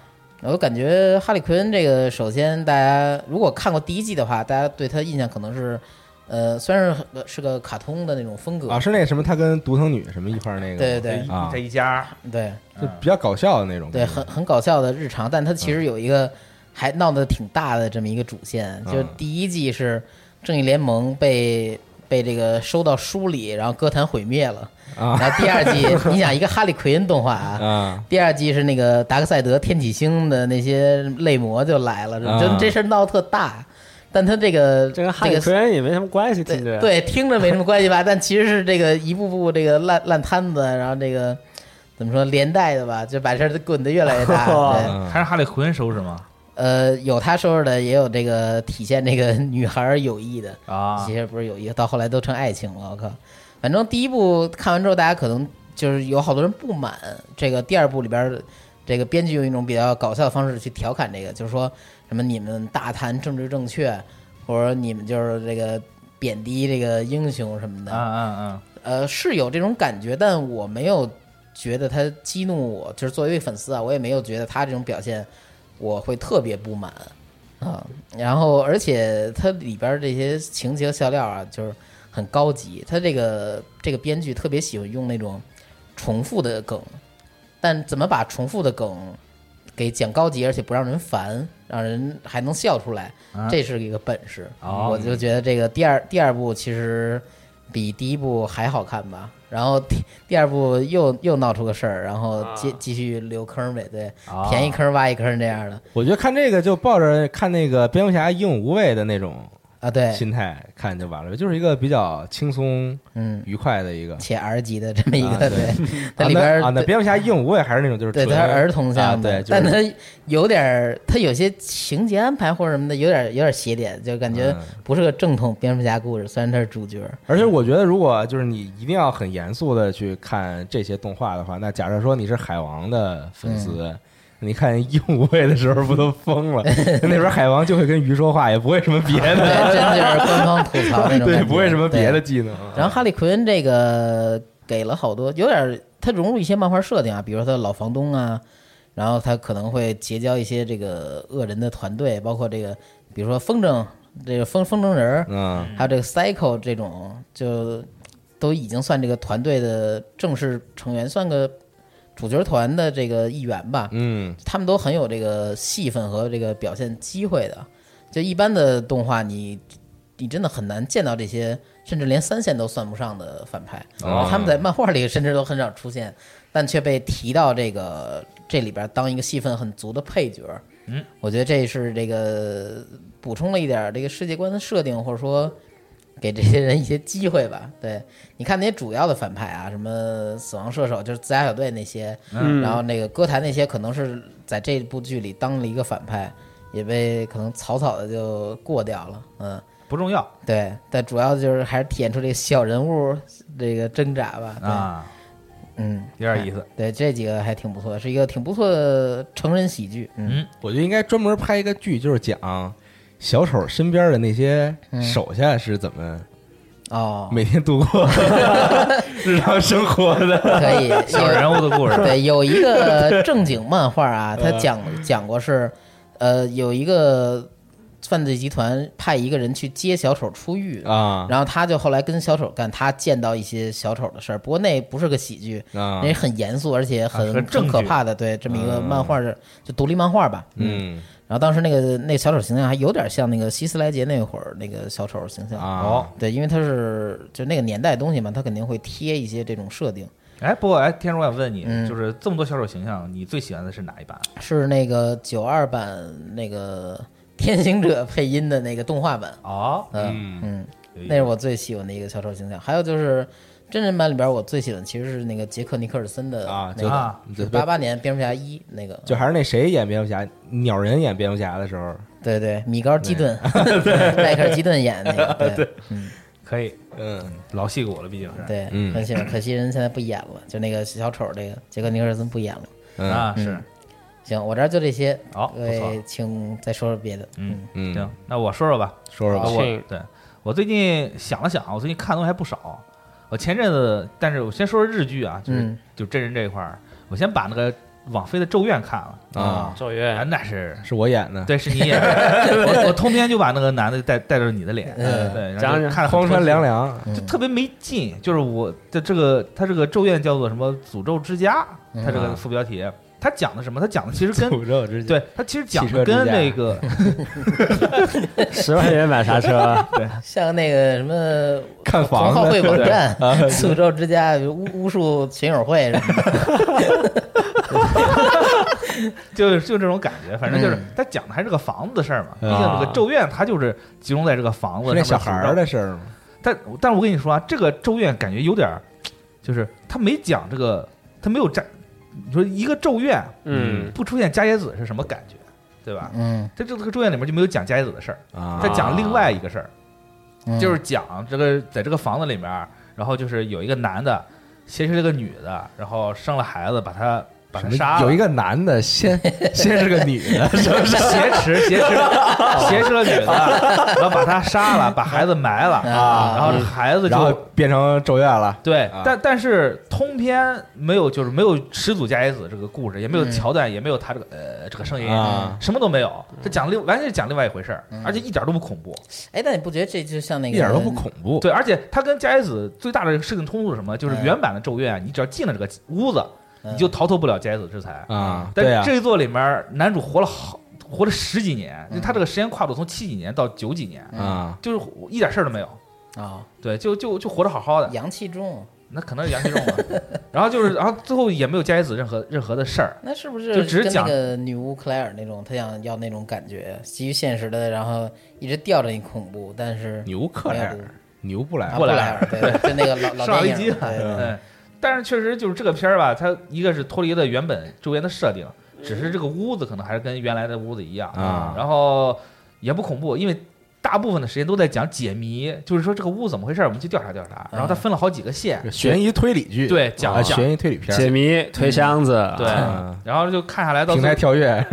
S2: 我感觉哈利奎恩这个，首先大家如果看过第一季的话，大家对他印象可能是，呃，虽然是个是个卡通的那种风格，
S3: 啊，是那个什么，他跟独藤女什么一块儿那个，
S2: 对对
S5: 这
S2: 对
S5: 一
S3: 啊
S5: 这一家，
S2: 对
S3: 就比较搞笑的那种。
S2: 对，很很搞笑的日常，但它其实有一个还闹得挺大的这么一个主线，
S3: 嗯
S2: 就是第一季是正义联盟被被这个收到书里，然后歌坛毁灭了，
S3: 啊
S2: 然后第二 季你想一个哈利奎恩动画啊，
S3: 啊，
S2: 第二季是那个达克赛德、天启星的那些类魔就来了，
S3: 啊
S2: 就这事儿闹得特大。但他这个
S4: 这跟汉克奎恩也没什么关系，听
S2: 对
S4: 着
S2: 对，听着没什么关系吧？但其实是这个一步步这个烂烂摊子，然后这个怎么说连带的吧，就把事儿滚得越来越 大。
S4: 哦
S2: 对，
S3: 嗯
S5: 还是哈利奎恩收拾吗？
S2: 呃，有他收拾的，也有这个体现这个女孩儿友谊的。
S5: 啊
S2: 其，实不是友谊，到后来都成爱情了。我靠，反正第一部看完之后，大家可能就是有好多人不满这个第二部里边儿，这个编剧用一种比较搞笑的方式去调侃这个，就是说什么你们大谈政治正确，或者你们就是这个贬低这个英雄什么的。
S5: 嗯嗯
S2: 呃，是有这种感觉，但我没有觉得他激怒我，就是作为一个粉丝啊，我也没有觉得他这种表现我会特别不满啊。然后，而且它里边儿这些情节和笑料啊，就是很高级。他这个这个编剧特别喜欢用那种重复的梗，但怎么把重复的梗给讲高级，而且不让人烦，让人还能笑出来，
S5: 嗯，
S2: 这是一个本事。
S5: 哦
S2: 我就觉得这个第二第二部其实比第一部还好看吧。然后第第二部又又闹出个事儿，然后继
S4: 啊
S2: 继续留坑呗，对，
S5: 啊
S2: 填一坑挖一坑这样的
S3: 我觉得看这个就抱着看那个蝙蝠侠英勇无畏的那种
S2: 啊，对，
S3: 心态看就完了，就是一个比较轻松
S2: 嗯，
S3: 愉快的一个。
S2: 且 R 级的这么一
S3: 啊
S2: 个，对， 它里边
S3: 啊，那啊那
S2: 儿
S3: 蝙蝠侠英勇无畏还是那种就是
S2: 对
S3: 纯
S2: 它是儿童
S3: 啊
S2: 向
S3: 对
S2: 的，，
S3: 就是
S2: 但它有点儿，它有些情节安排或者什么的，有点有点邪点，就感觉
S3: 嗯
S2: 不是个正统蝙蝠侠故事，虽然它是主角儿，
S3: 而且我觉得，如果就是你一定要
S2: 嗯
S3: 很严肃的去看这些动画的话，那假设说你是海王的粉丝，你看义务会的时候不都 疯了？那边海王就会跟鱼说话，也不会什么别
S2: 对，
S3: 的，
S2: 真就是官方吐槽那种感觉，
S3: 对，不会什么别的
S2: 对
S3: 技能。
S2: 然后哈利奎这个给了好多，有点儿他融入一些漫画设定啊，比如说他的老房东啊，然后他可能会结交一些这个恶人的团队，包括这个比如说风筝这个风风筝人儿，
S3: 嗯，
S2: 还有这个 Cycle 这种，就都已经算这个团队的正式成员，算个主角团的这个一员吧。
S3: 嗯
S2: 他们都很有这个戏份和这个表现机会的。就一般的动画你，你真的很难见到这些，甚至连三线都算不上的反派。
S3: 哦
S2: 他们在漫画里甚至都很少出现，但却被提到这个这里边当一个戏份很足的配角。嗯，我觉得这是这个补充了一点这个世界观的设定，或者说。给这些人一些机会吧，对，你看那些主要的反派啊，什么死亡射手，就是自杀小队那些，
S4: 嗯
S2: 然后那个歌坛那些可能是在这部剧里当了一个反派，也被可能草草的就过掉了，嗯，
S5: 不重要
S2: 对，但主要就是还是体现出这个小人物这个挣扎吧，对，
S5: 啊，
S2: 嗯，
S5: 有点意思。
S2: 对，这几个还挺不错的，是一个挺不错的成人喜剧，嗯，
S3: 我觉得应该专门拍一个剧，就是讲小丑身边的那些
S5: 嗯
S3: 手下是怎么
S2: 哦，
S3: 每天度过 日常生活的。
S2: 可以，
S5: 小人物的故事，
S2: 对，有一个正经漫画啊，他讲讲过是，呃，有一个犯罪集团派一个人去接小丑出狱
S3: 啊
S2: 然后他就后来跟小丑干，他见到一些小丑的事儿，不过那不是个喜剧，
S3: 啊
S5: 哎
S2: 那，很严肃，而且
S5: 啊是
S2: 很
S5: 个
S2: 很
S5: 正
S2: 可
S5: 剧
S2: 怕的，对，这么一个漫画的就独立漫画吧，。
S3: 嗯
S2: 然后当时那个那个小丑形象还有点像那个希斯莱杰那会儿那个小丑形象，
S3: 啊
S5: 哦，
S2: 对，因为他是就那个年代的东西嘛，他肯定会贴一些这种设定。
S5: 哎，不过哎，天叔，我想问你
S2: 嗯，
S5: 就是这么多小丑形象，你最喜欢的是哪一版？
S2: 是那个九二版那个天行者配音的那个动画版，
S5: 哦，
S2: 嗯
S3: 嗯
S2: 嗯，那是我最喜欢的一个小丑形象。还有就是真人版里边，我最喜欢其实是那个杰克尼克尔森的
S3: 啊，
S2: 那
S3: 就
S2: 个
S5: 啊
S3: 就
S2: 八八年蝙蝠侠一那个，
S3: 就还是那谁演蝙蝠侠，鸟人演蝙蝠侠的时候，
S2: 对对，米高基 顿， 迈克尔基顿演那个，对
S5: 可以，
S3: 嗯
S5: 老戏骨了，毕竟是。
S2: 对，
S3: 嗯
S2: 很喜欢。可惜人现在不演了，就那个小丑这个杰克尼克尔森不演了。
S3: 嗯
S5: 啊，是，
S2: 行，我这儿就这些，
S5: 好
S2: 各
S5: 不错
S2: 位请再说说别的，
S5: 嗯
S3: 嗯，
S5: 行，那我说说吧，
S3: 说说
S5: 啊
S3: 吧，
S5: 我
S4: 请
S5: 对我最近想了想，我最近看的东西还不少。我前阵子，但是我先说说日剧啊，就是、
S2: 嗯
S5: 就真人这一块儿，我先把那个网飞的《咒怨》看了
S3: 啊，
S4: 咒
S5: 啊，
S4: 怨，
S5: 那是
S3: 是我演的，
S5: 对，是你 演的，我我通篇就把那个男的带带着你的脸，
S2: 嗯
S5: 对，然后
S4: 讲
S5: 就
S4: 讲
S5: 看着
S3: 荒川
S5: 凉
S3: 凉
S5: 凉，
S3: 凉，
S5: 就呃特别没劲。就是我的这个，他这个《咒怨》叫做什么“诅咒之家”，他这
S3: 嗯
S5: 个副标题，他讲的什么？他讲的其实 跟
S3: 诅咒之家
S5: 对他其实 讲
S3: 汽车
S5: 的
S3: 之
S5: 跟
S3: 家
S5: 那个
S4: 十万元买啥车？
S2: 像那个什 么
S3: 看
S2: 同
S3: 房
S2: 好
S3: 子
S2: 会网
S3: 对
S2: 站、
S5: 啊
S2: 诅咒之家、巫巫术群友会什么的，
S5: 就是就这种感 觉，反正就是
S2: 嗯
S5: 他讲的还是个房子的事儿嘛。毕
S3: 嗯
S5: 竟这个咒怨它就是集中在这个房
S3: 是
S5: 子上面
S3: 那小孩儿
S5: 诅咒，
S3: 的事儿吗？
S5: 但但是我跟你说啊，这个咒怨感觉有点儿，就是他没讲这个，他没有加，你说一个咒怨
S4: 嗯，
S5: 不出现加耶子是什么感觉，对 吧？
S2: 嗯，
S5: 在这这个咒怨里面就没有讲加耶子的事儿，
S3: 啊，
S5: 他讲另外一个事儿，
S2: 嗯
S5: 就是讲这个在这个房子里面，然后就是有一个男的挟持了一个女的，然后生了孩子，把他把
S3: 什
S5: 他
S3: 么
S5: 杀了。
S3: 有一个男的，先先是个女的，是吧
S5: 挟持挟持挟持了女的，然后把她杀了，把孩子埋了
S2: 啊
S5: 然后这孩子
S3: 嗯然后
S5: 就
S3: 变成咒怨了。
S5: 对
S3: 啊，
S5: 但但是通篇没有，就是没有始祖加耶子这个故事，也没有
S2: 嗯
S5: 桥段，也没有他这个呃这个声音
S3: 啊，嗯
S5: 什么都没有，这讲另完全是讲另外一回事儿，而且一点都不恐怖。
S2: 哎，但你不觉得这就像那
S3: 一
S2: 个嗯
S3: 点都不恐怖，
S5: 对，而且他跟加耶子最大的事情冲突是什么？就是
S2: 嗯
S5: 原版的咒怨，你只要进了这个屋子，
S2: 嗯
S5: 你就逃脱不了加耶子制裁
S3: 啊
S5: 但
S3: 对啊
S5: 是这一座里面，男主活了好活了十几年，因为他
S3: 嗯
S5: 这个时间跨度从七几年到九几年，
S3: 啊，
S5: 就是一点事儿都没有。
S2: 啊，
S5: 对，就就就活得好好的，
S2: 阳气重，
S5: 那可能是阳气重吧。然后就是，然后最后也没有加耶子任何任何的事儿。
S2: 那是不是
S5: 就只
S2: 跟那
S5: 讲
S2: 个女巫克莱尔那种，她想要那种感觉，基于现实的，然后一直吊着你恐怖，但是
S3: 牛克莱尔，牛布莱
S2: 啊
S3: 尔，
S2: 布
S5: 布
S2: 莱
S5: 莱
S2: 尔， 对，就那个老老
S5: 生
S2: 电
S5: 化危
S2: 影
S5: 机
S2: 对对
S5: 嗯，但是确实就是这个片儿吧，它一个是脱离了原本周边的设定，只是这个屋子可能还是跟原来的屋子一样
S3: 啊
S5: 然后也不恐怖，因为大部分的时间都在讲解谜，就是说这个屋怎么回事儿，我们去调查调查。然后
S3: 嗯
S5: 它分了好几个线，
S3: 悬疑推理剧，
S5: 对讲
S3: 啊
S5: 讲
S3: 悬疑推理片
S4: 解
S3: 儿，
S4: 谜、推箱子，
S5: 对
S3: 啊，
S5: 然后就看下来到
S3: 平
S5: 最
S3: 台跳跃，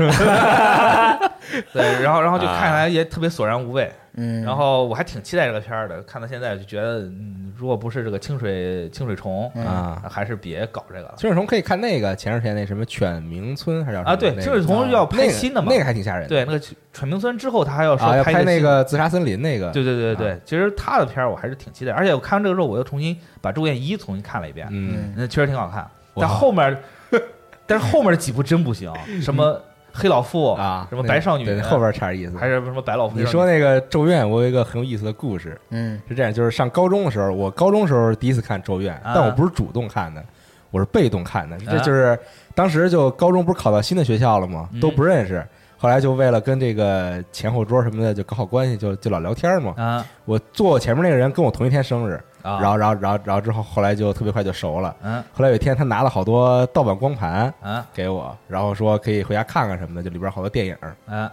S5: 对，然后然后就看下来也特别索然无味。
S2: 嗯，
S5: 然后我还挺期待这个片儿的，看到现在就觉得，嗯，如果不是这个清水清水虫
S2: 嗯
S3: 啊，
S5: 还是别搞这个了。
S3: 清水虫可以看那个前段时间那什么犬鸣村还是叫什么
S5: 啊，对，
S3: 那个
S5: 清水虫要拍新的嘛
S3: 那个，那个还挺吓人的，
S5: 对，那个《犬鸣村》之后，他还要说
S3: 啊，要拍
S5: 一
S3: 那
S5: 新
S3: 个自杀森林那个，
S5: 对对对对
S3: 啊
S5: 对，其实他的片儿我还是挺期待，而且我看完这个之后，我又重新把《咒怨一》重新看了一遍，
S3: 嗯，
S5: 那确实挺好看。
S3: 哇
S5: 但后面儿，但是后面儿几部真不行，什么黑老妇
S3: 嗯啊，
S5: 什么
S3: 那
S5: 白少女，
S3: 对后边儿差点意思。
S5: 还是什么白老妇。
S3: 你说那个《咒怨》，我有一个很有意思的故事，
S2: 嗯
S3: 是这样，就是上高中的时候，我高中时候第一次看《咒怨》，
S5: 啊
S3: 但我不是主动看的，我是被动看的。这就是当时就高中不是考到新的学校了吗？
S5: 嗯
S3: 都不认识，后来就为了跟这个前后桌什么的就搞好关系，就就老聊天嘛。
S5: 啊
S3: 我坐我前面那个人跟我同一天生日，
S5: 啊，
S3: 然后然后然后然后之后后来就特别快就熟了。
S5: 嗯
S3: 后来有一天他拿了好多盗版光盘
S5: 嗯
S3: 给我，然后说可以回家看看什么的，就里边好多电影。
S5: 嗯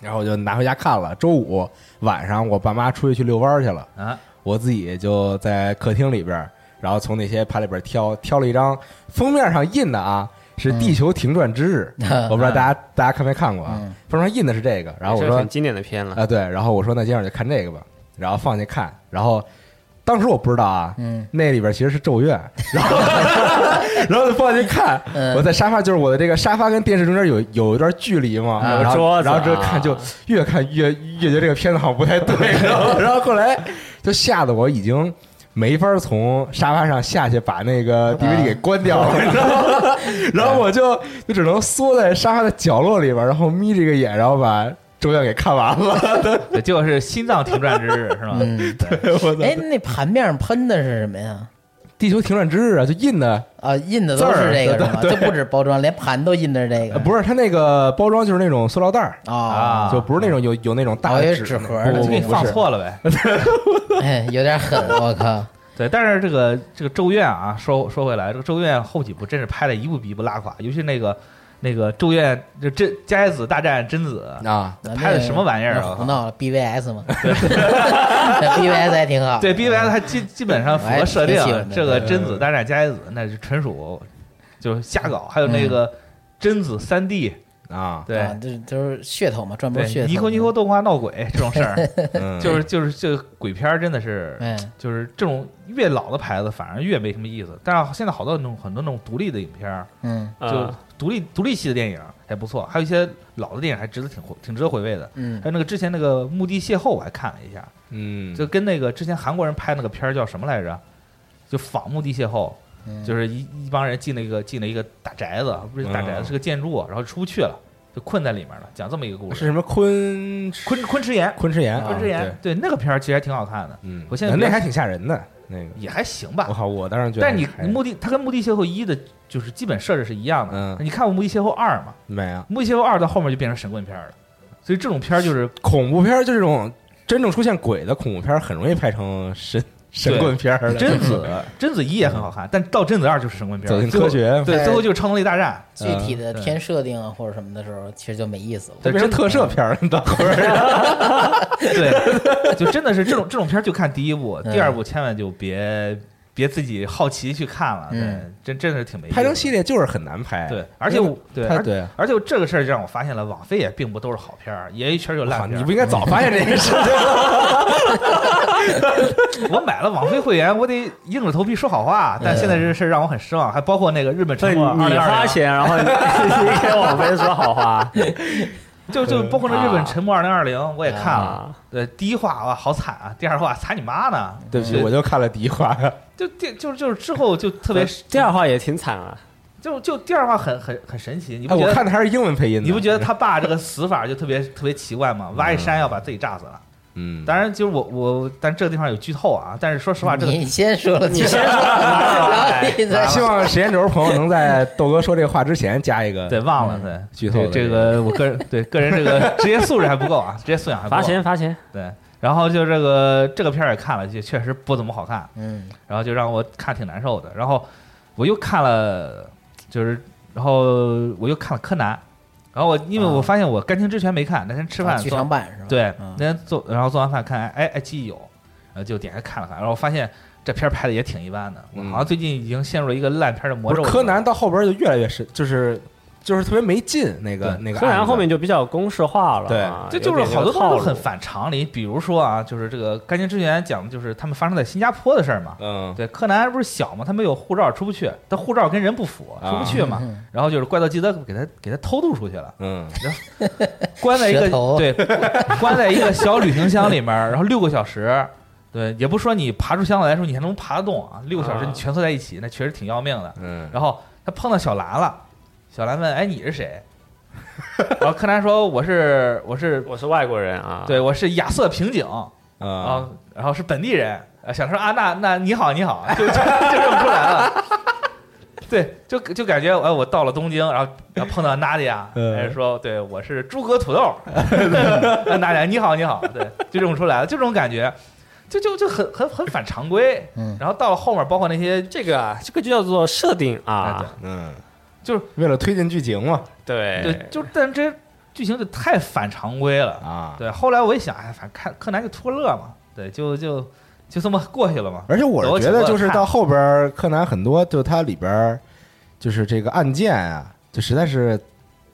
S3: 然后我就拿回家看了。周五晚上，我爸妈出去去遛弯儿去了，
S5: 嗯
S3: 我自己就在客厅里边儿，然后从那些盘里边儿挑挑了一张封面上印的啊，是《地球停转之日》我不知道大家大家看没看过啊
S2: 嗯，
S3: 封面上印的是这个。然后我
S4: 这是
S3: 说
S4: 很经典的片了，
S3: 啊，对，然后我说那今晚就看这个吧，然后放进去看，然后当时我不知道啊，
S2: 嗯
S3: 那里边其实是《咒怨》，然后然后就放进去看，
S2: 嗯
S3: 我在沙发就是我的这个沙发跟电视中间有有一段距离嘛，
S4: 啊
S3: 然后
S4: 桌子
S3: 然后就看
S4: 啊
S3: 就越看越越觉得这个片子好像不太对，然后然后后来就吓得我已经。没法从沙发上下去把那个 DVD 给关掉了，然后，然后我就就只能缩在沙发的角落里边，然后眯着个眼，然后把《咒怨》给看完了。对，
S5: 对，结果是心脏停转之日是吗？
S2: 嗯，
S3: 我操！
S2: 哎，那盘面上喷的是什么呀？
S3: 地球停转之日啊，就印的
S2: 啊，印的都是这个是吗？就不止包装，连盘都印的是这
S3: 呃
S2: 个。
S3: 不是它那个包装就是那种塑料袋儿，
S2: 啊，
S5: 啊哦
S3: 就不是那种有有那种大
S2: 我以
S3: 的
S2: 为
S3: 纸
S2: 纸盒
S3: 那
S2: 呢
S3: 种
S5: 就
S3: 不不
S5: 给你
S3: 不
S5: 放
S3: 是，
S5: 错了呗。
S2: 哎，有点狠，我靠，
S5: 对，但是这个这个《咒怨》啊，说说回来，这个《咒怨》后几部真是拍的一部比一部拉垮，尤其那个那个《咒怨》就真加耶子大战贞子，
S3: 啊，
S2: 咱
S5: 拍的什么玩意儿啊
S2: 那胡闹了，BVS 嘛 ，BVS 还挺好。 啊
S5: 对 BVS 它基基本上符合设定
S2: 我还挺喜欢，的
S5: 这个贞子大战加耶子那是纯属就是瞎搞，还有那个贞子三 D，
S3: 啊，
S5: 对
S2: 啊，就是就是噱头嘛，专门噱
S5: 对，
S2: 头。
S5: 尼科尼科，动画闹鬼这种事儿，
S3: 嗯
S5: 就是就是这个鬼片儿真的是。
S2: 嗯
S5: 就是这种越老的牌子反而越没什么意思，但是现在好多那种很多那种独立的影片儿，
S2: 嗯
S5: 就
S4: 啊，
S5: 独立独立系的电影还不错，还有一些老的电影还值得挺回挺值得回味的。还
S2: 嗯
S5: 有那个之前那个《墓地邂逅》，我还看了一下，
S3: 嗯，
S5: 就跟那个之前韩国人拍那个片儿叫什么来着？就仿墓地邂逅，
S2: 嗯，
S5: 就是一一帮人进了一个进了一个大宅子，不是大宅
S3: 嗯
S5: 子，是个建筑，然后出不去了，就困在里面了。讲这么一个故
S3: 是
S5: 事，
S3: 什么昆
S5: 昆昆池岩，
S3: 昆池岩，
S5: 昆
S3: 啊
S5: 池岩，，对那个片儿其实还挺好看的
S3: 对，嗯，
S5: 我现在比较
S3: 那还挺吓人的那个，
S5: 也还行
S3: 我
S5: 吧。
S3: 靠，我当时觉得还，
S5: 但你墓地，它跟墓地邂逅一的就是基本设置是一样的。
S3: 嗯
S5: 你看过墓地邂逅二吗？
S3: 没啊有
S5: 《木西游二》到后面就变成神棍片儿了，所以这种片儿就是
S3: 恐怖片儿就这种真正出现鬼的恐怖片儿，很容易拍成神神棍片儿的，
S5: 贞子，贞子一也很好看，但到贞子二就是神棍片儿
S3: 走
S5: 了，
S3: 进
S5: 最后
S3: 科学，
S5: 对，最后就是超能力大 战，
S2: 具体的
S5: 呃对
S2: 填设定啊或者什么的时候，其实就没意思了。
S3: 都变成特摄片儿了，到后边儿
S5: 对，就真的是这种这种片儿就看第一部，
S2: 嗯
S5: 第二部千万就别别自己好奇去看了，对
S2: 嗯，
S5: 真真的是挺没意思的
S3: 拍成系列就是很难拍，
S5: 对，而且我对
S3: 太
S5: 而
S3: 对啊
S5: 而且我这个事儿就让我发现了，网飞也并不都是好片儿，也一圈儿就
S3: 哇
S5: 烂片
S3: 你
S5: 儿
S3: 不。应该早发现这件事 情吗？
S5: 我买了网飞会员，我得硬着头皮说好话，但现在这事儿让我很失望，还包括那个日本
S4: 所
S5: 沉
S4: 以
S5: 没二
S4: 你
S5: 零二
S4: 花
S5: 零。
S4: 钱，然后你你给网飞说好话，
S5: 就就包括那日本
S4: 啊
S5: 《沉默二零二零》，我也看了
S4: 啊。
S5: 对，第一话哇好惨啊，第二话惨你妈呢！
S3: 对不起，我就看了第一话，
S5: 就第就是就是之后就特别
S4: 第二话也挺惨啊，
S5: 就就第二话很很很神奇，你
S3: 哎，
S5: 不觉
S3: 我看
S5: 得？
S3: 的还是英文配音的，
S5: 你不觉得他爸这个死法就特别特别奇怪吗？挖一山要把自己炸死了。
S3: 嗯，
S5: 当然，就是我我，但这个地方有剧透啊。但是说实话，这个
S2: 你先说了，
S4: 你先说
S2: 然后你 再
S3: 希望实验轴朋友能在豆哥说这话之前加一个
S5: 对忘了对
S3: 剧透的
S5: 这个我个人对个人这个 职业素质还不够啊，职业素养还不
S4: 罚
S5: 够。
S4: 钱罚钱，
S5: 对，然后就这个这个片儿也看了，就确实不怎么好看。
S2: 嗯
S5: 然后就让我看挺难受的。然后我又看了，就是然后我又看了柯南，然后我因为
S2: 啊
S5: 我发现我《甘情之泉》没看，那天吃饭
S2: 剧
S5: 做
S2: 场版是吧？
S5: 对，
S2: 嗯
S5: 那天做然后做完饭看，哎哎，记忆有，然后就点开看了看，然后发现这片儿拍的也挺一般的，我
S3: 嗯
S5: 好像最近已经陷入了一个烂片儿的魔
S3: 不是
S5: 咒。
S3: 柯南到后边就越来越是，就是就是特别没劲那个
S5: 对
S3: 那个案子。
S4: 虽然后面就比较公式化了啊，
S5: 这
S4: 有
S5: 就是
S4: 点
S5: 好
S4: 这个
S5: 多东西
S4: 套
S5: 都
S4: 路
S5: 很反常理，比如说啊，就是这个《甘情之源》讲的就是他们发生在新加坡的事儿嘛。
S3: 嗯，
S5: 对，柯南不是小嘛，他没有护照出不去，他护照跟人不符，
S3: 啊
S5: 出不去嘛。
S2: 嗯
S5: 然后就是怪盗基德给他给他偷渡出去了，
S3: 嗯，
S5: 关在一个
S2: 蛇头
S5: 对，关在一个小旅行箱里面，然后六个小时，对，也不说你爬出箱子来说你还能爬得动啊，六个小时
S4: 啊
S5: 你蜷缩在一起，那确实挺要命的。
S3: 嗯，
S5: 然后他碰到小兰了，小兰问：“哎，你是谁？” 然后柯南说：“我是我是
S4: 我是外国人啊，
S5: 对我是亚瑟平井
S3: 啊
S5: 啊，，然后是本地人。”啊，想说啊，那那你好你好，就 就就认不出来了。对，就就感觉哎，我到了东京，然后然后碰到娜迪亚，
S3: 嗯
S5: 还是说对我是诸葛土豆，娜迪亚你好你好，对，就认不出来了，就这种感觉，就就就很很很反常规。
S2: 嗯，
S5: 然后到了后面，包括那些
S4: 这个啊，这个就叫做设定
S5: 哎对
S4: 啊，
S3: 嗯，
S5: 就是
S3: 为了推进剧情嘛
S4: 对
S5: 对，就但这剧情就太反常规了。
S3: 啊。
S5: 对，后来我一想，哎，反正看柯南就图个乐嘛，对，就就就这么过去了嘛。
S3: 而且我是觉得，就是到后边儿柯南很多，就它里边儿就是这个案件啊，就实在是，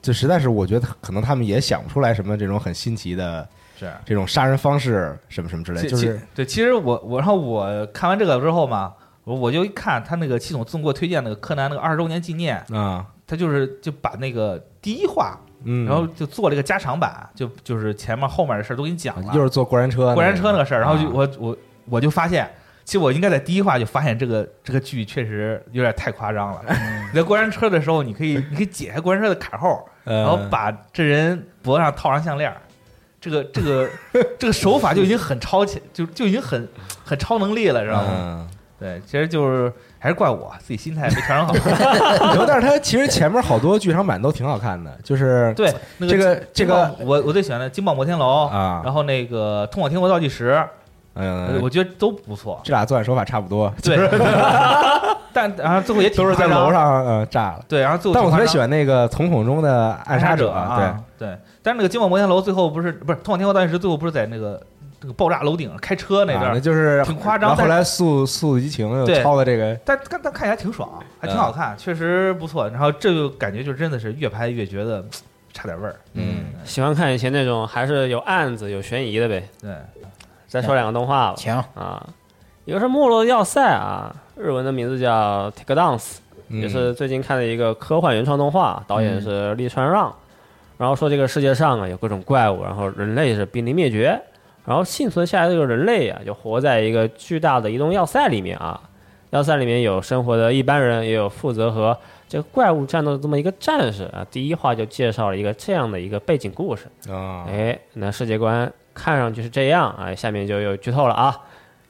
S3: 就实在是，我觉得可能他们也想不出来什么这种很新奇的
S5: 是，
S3: 这种杀人方式什么什么之类，
S5: 其
S3: 就是
S5: 其对，其实我我然后我看完这个之后嘛，我我就一看他那个系统自动给我推荐那个柯南那个二十周年纪念，
S3: 啊，
S5: 他就是就把那个第一话，
S3: 嗯，
S5: 然后就做了一个加长版，就就是前面后面的事儿都给你讲了，
S3: 又啊是坐过山车，
S5: 过山车那个事儿，然后就
S3: 啊
S5: 我我我就发现。其实我应该在第一话就发现这个这个剧确实有点太夸张了。
S3: 嗯
S5: 你在过山车的时候，你可以你可以解开过山车的卡扣，
S3: 然
S5: 然后把这人脖子上套上项链儿，这个这个这个手法就已经很超前，就就已经很很超能力了，知道吗？
S3: 嗯，
S5: 对，其实就是还是怪我自己心态没调整 好。
S3: 然后但是它其实前面好多剧场版都挺好看的，就是
S5: 对，那
S3: 这个这
S5: 金爆
S3: 个
S5: 我我最喜欢的《金爆摩天楼》
S3: 啊
S5: 然后那个《通往天国倒计时》呃
S3: 嗯，
S5: 我觉得都 不错。
S3: 这俩作案手法差不多，
S5: 对， 但然后最后也挺
S3: 都是在
S5: 夸张
S3: 楼。上呃炸了。
S5: 对，然后最后
S3: 但我特别
S5: 挺夸张
S3: 喜欢那个瞳孔中的暗杀者，
S5: 啊，对对。但是那个金宝摩天楼最后不是不是通往天国当时最后不是在那个那个爆炸楼顶上开车那
S3: 啊
S5: 段儿，
S3: 就是
S5: 挺夸张
S3: 然后
S5: 但
S3: 后来《速速度与激情》又
S5: 对
S3: 抄了这个，
S5: 但但但看起来挺爽，还挺好看，确实不错。然后这就感觉就真的是越拍越觉得嘖差点味儿。
S3: 嗯，
S4: 喜欢看以前那种还是有案子、有悬疑的呗。
S5: 对，
S4: 再说两个动画吧，
S2: 强，
S4: 啊，一个是《没落的要塞》啊，日文的名字叫《Take Dance》，也
S3: 嗯
S4: 是最近看的一个科幻原创动画，导演是利川让。然后说这个世界上啊有各种怪物，然后人类是濒临灭绝，然后幸存下来的这个人类啊，就活在一个巨大的移动要塞里面啊。要塞里面有生活的一般人，也有负责和这个怪物战斗的这么一个战士啊。第一话就介绍了一个这样的一个背景故事。
S3: 啊，
S4: 哎，那世界观看上去是这样啊，下面就有剧透了啊，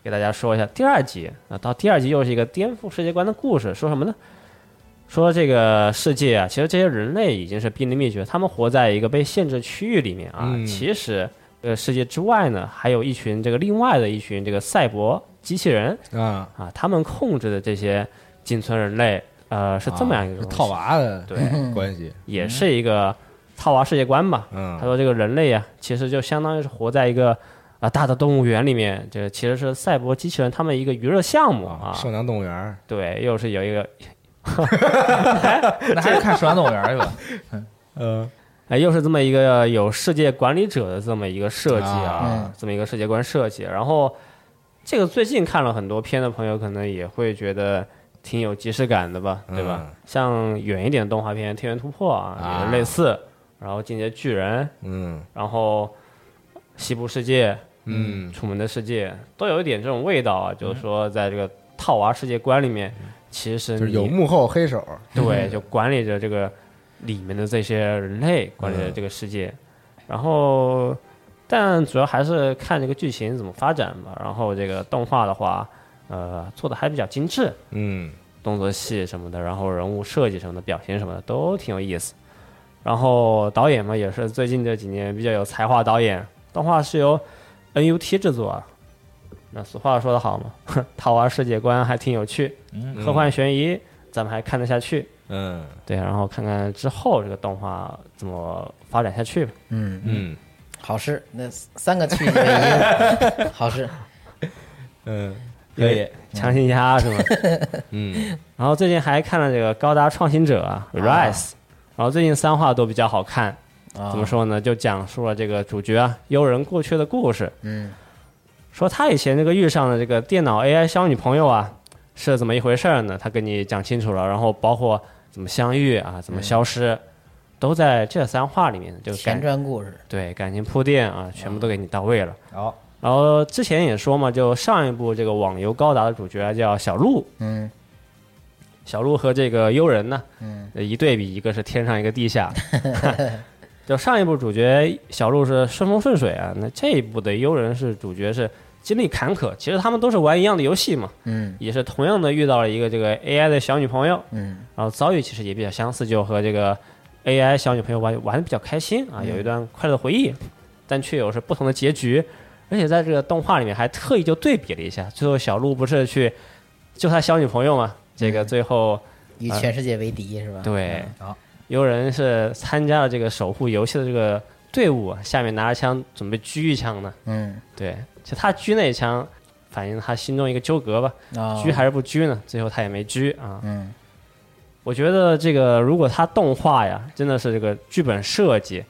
S4: 给大家说一下第二集啊，到第二集又是一个颠覆世界观的故事，说什么呢？说这个世界啊，其实这些人类已经是濒临灭绝，他们活在一个被限制区域里面啊。
S3: 嗯
S4: 其实，呃，世界之外呢，还有一群这个另外的一群这个赛博机器人
S3: 啊，
S4: 啊，他们控制的这些仅存人类，呃，是这么样一个
S3: 啊
S4: 东西
S3: 套，娃的
S4: 对，
S3: 关系，
S4: 也是一个套娃世界观吧。
S3: 嗯
S4: 他，说这个人类啊，其实就相当于是活在一个啊、大的动物园里面，这个其实是赛博机器人他们一个娱乐项目啊。
S3: 盛阳动物园，
S4: 对，又是有一个，
S5: 那还是看《十万动物园》去吧。
S3: 嗯
S4: 哎，又是这么一个有世界管理者的这么一个设计啊，
S2: 啊嗯
S4: 这么一个世界观设计。啊然后这个最近看了很多片的朋友，可能也会觉得。挺有即视感的吧，对吧？像远一点的动画片《天元突破》啊，也
S3: 啊
S4: 是类似，然后《进阶巨人》，
S3: 嗯
S4: 然后《西部世界》，
S3: 嗯
S4: 楚门的世界都有一点这种味道啊，就是说在这个套娃世界观里面，其实
S3: 嗯就是
S4: 你
S3: 有幕后黑手，
S4: 对，就管理着这个里面的这些人类，管理着这个世界，
S3: 嗯
S4: 然后但主要还是看这个剧情怎么发展吧。然后这个动画的话，呃，做的还比较精致，
S3: 嗯
S4: 动作戏什么的，然后人物设计什么的，表情什么的都挺有意思。然后导演嘛，也是最近这几年比较有才华导演，动画是由 NUT 制作啊。那俗话 说得好嘛，哼套娃世界观还挺有趣，
S5: 嗯
S4: 科幻悬疑咱们还看得下去。
S3: 嗯
S4: 对，然后看看之后这个动画怎么发展下去吧。
S2: 嗯，
S3: 嗯
S2: 好事，那三个去一个一，好事，
S3: 嗯，可以，
S4: 强行压是吗？
S3: 嗯
S4: 然后最近还看了这个《高达创新者》啊 Rise，、然后最近三话都比较好看。
S2: 啊
S4: 怎么？说呢？就讲述了这个主角啊悠人过去的故事。
S2: 嗯，
S4: 说他以前这个遇上的这个电脑 AI 小女朋友啊，是怎么一回事儿呢？他跟你讲清楚了，然后包括怎么相遇啊，怎么消失，都在这三话里面，就是
S2: 前
S4: 感
S2: 传故事，
S4: 对感情铺垫啊，全部都给你到位了。
S5: 好，
S4: 然后之前也说嘛，就上一部这个网游高达的主角啊叫小鹿，
S2: 嗯
S4: 小鹿和这个悠人呢，
S2: 嗯
S4: 呃一对比，一个是天上，一个地下。 就上一部主角小鹿是顺风顺水啊，那这一部的悠人是主角是经历坎坷。其实他们都是玩一样的游戏嘛，
S2: 嗯
S4: 也是同样的遇到了一个这个 AI 的小女朋友，
S2: 嗯
S4: 然后遭遇其实也比较相似，就和这个 AI 小女朋友玩玩的比较开心啊，
S2: 嗯
S4: 有一段快乐回忆，但却有是不同的结局。而且在这个动画里面还特意就对比了一下，最后小鹿不是去救他小女朋友嘛？这个最后
S2: 以全世界为敌是吧？嗯
S4: 对，
S5: 好，
S4: 有人是参加了这个守护游戏的这个队伍，啊下面拿着枪准备狙一枪呢。
S2: 嗯
S4: 对，其实他狙那一枪，反映他心中一个纠葛吧，
S2: 啊，
S4: 狙还是不狙呢？最后他也没狙啊。
S2: 嗯
S4: 我觉得这个如果他动画呀，真的是这个剧本设计，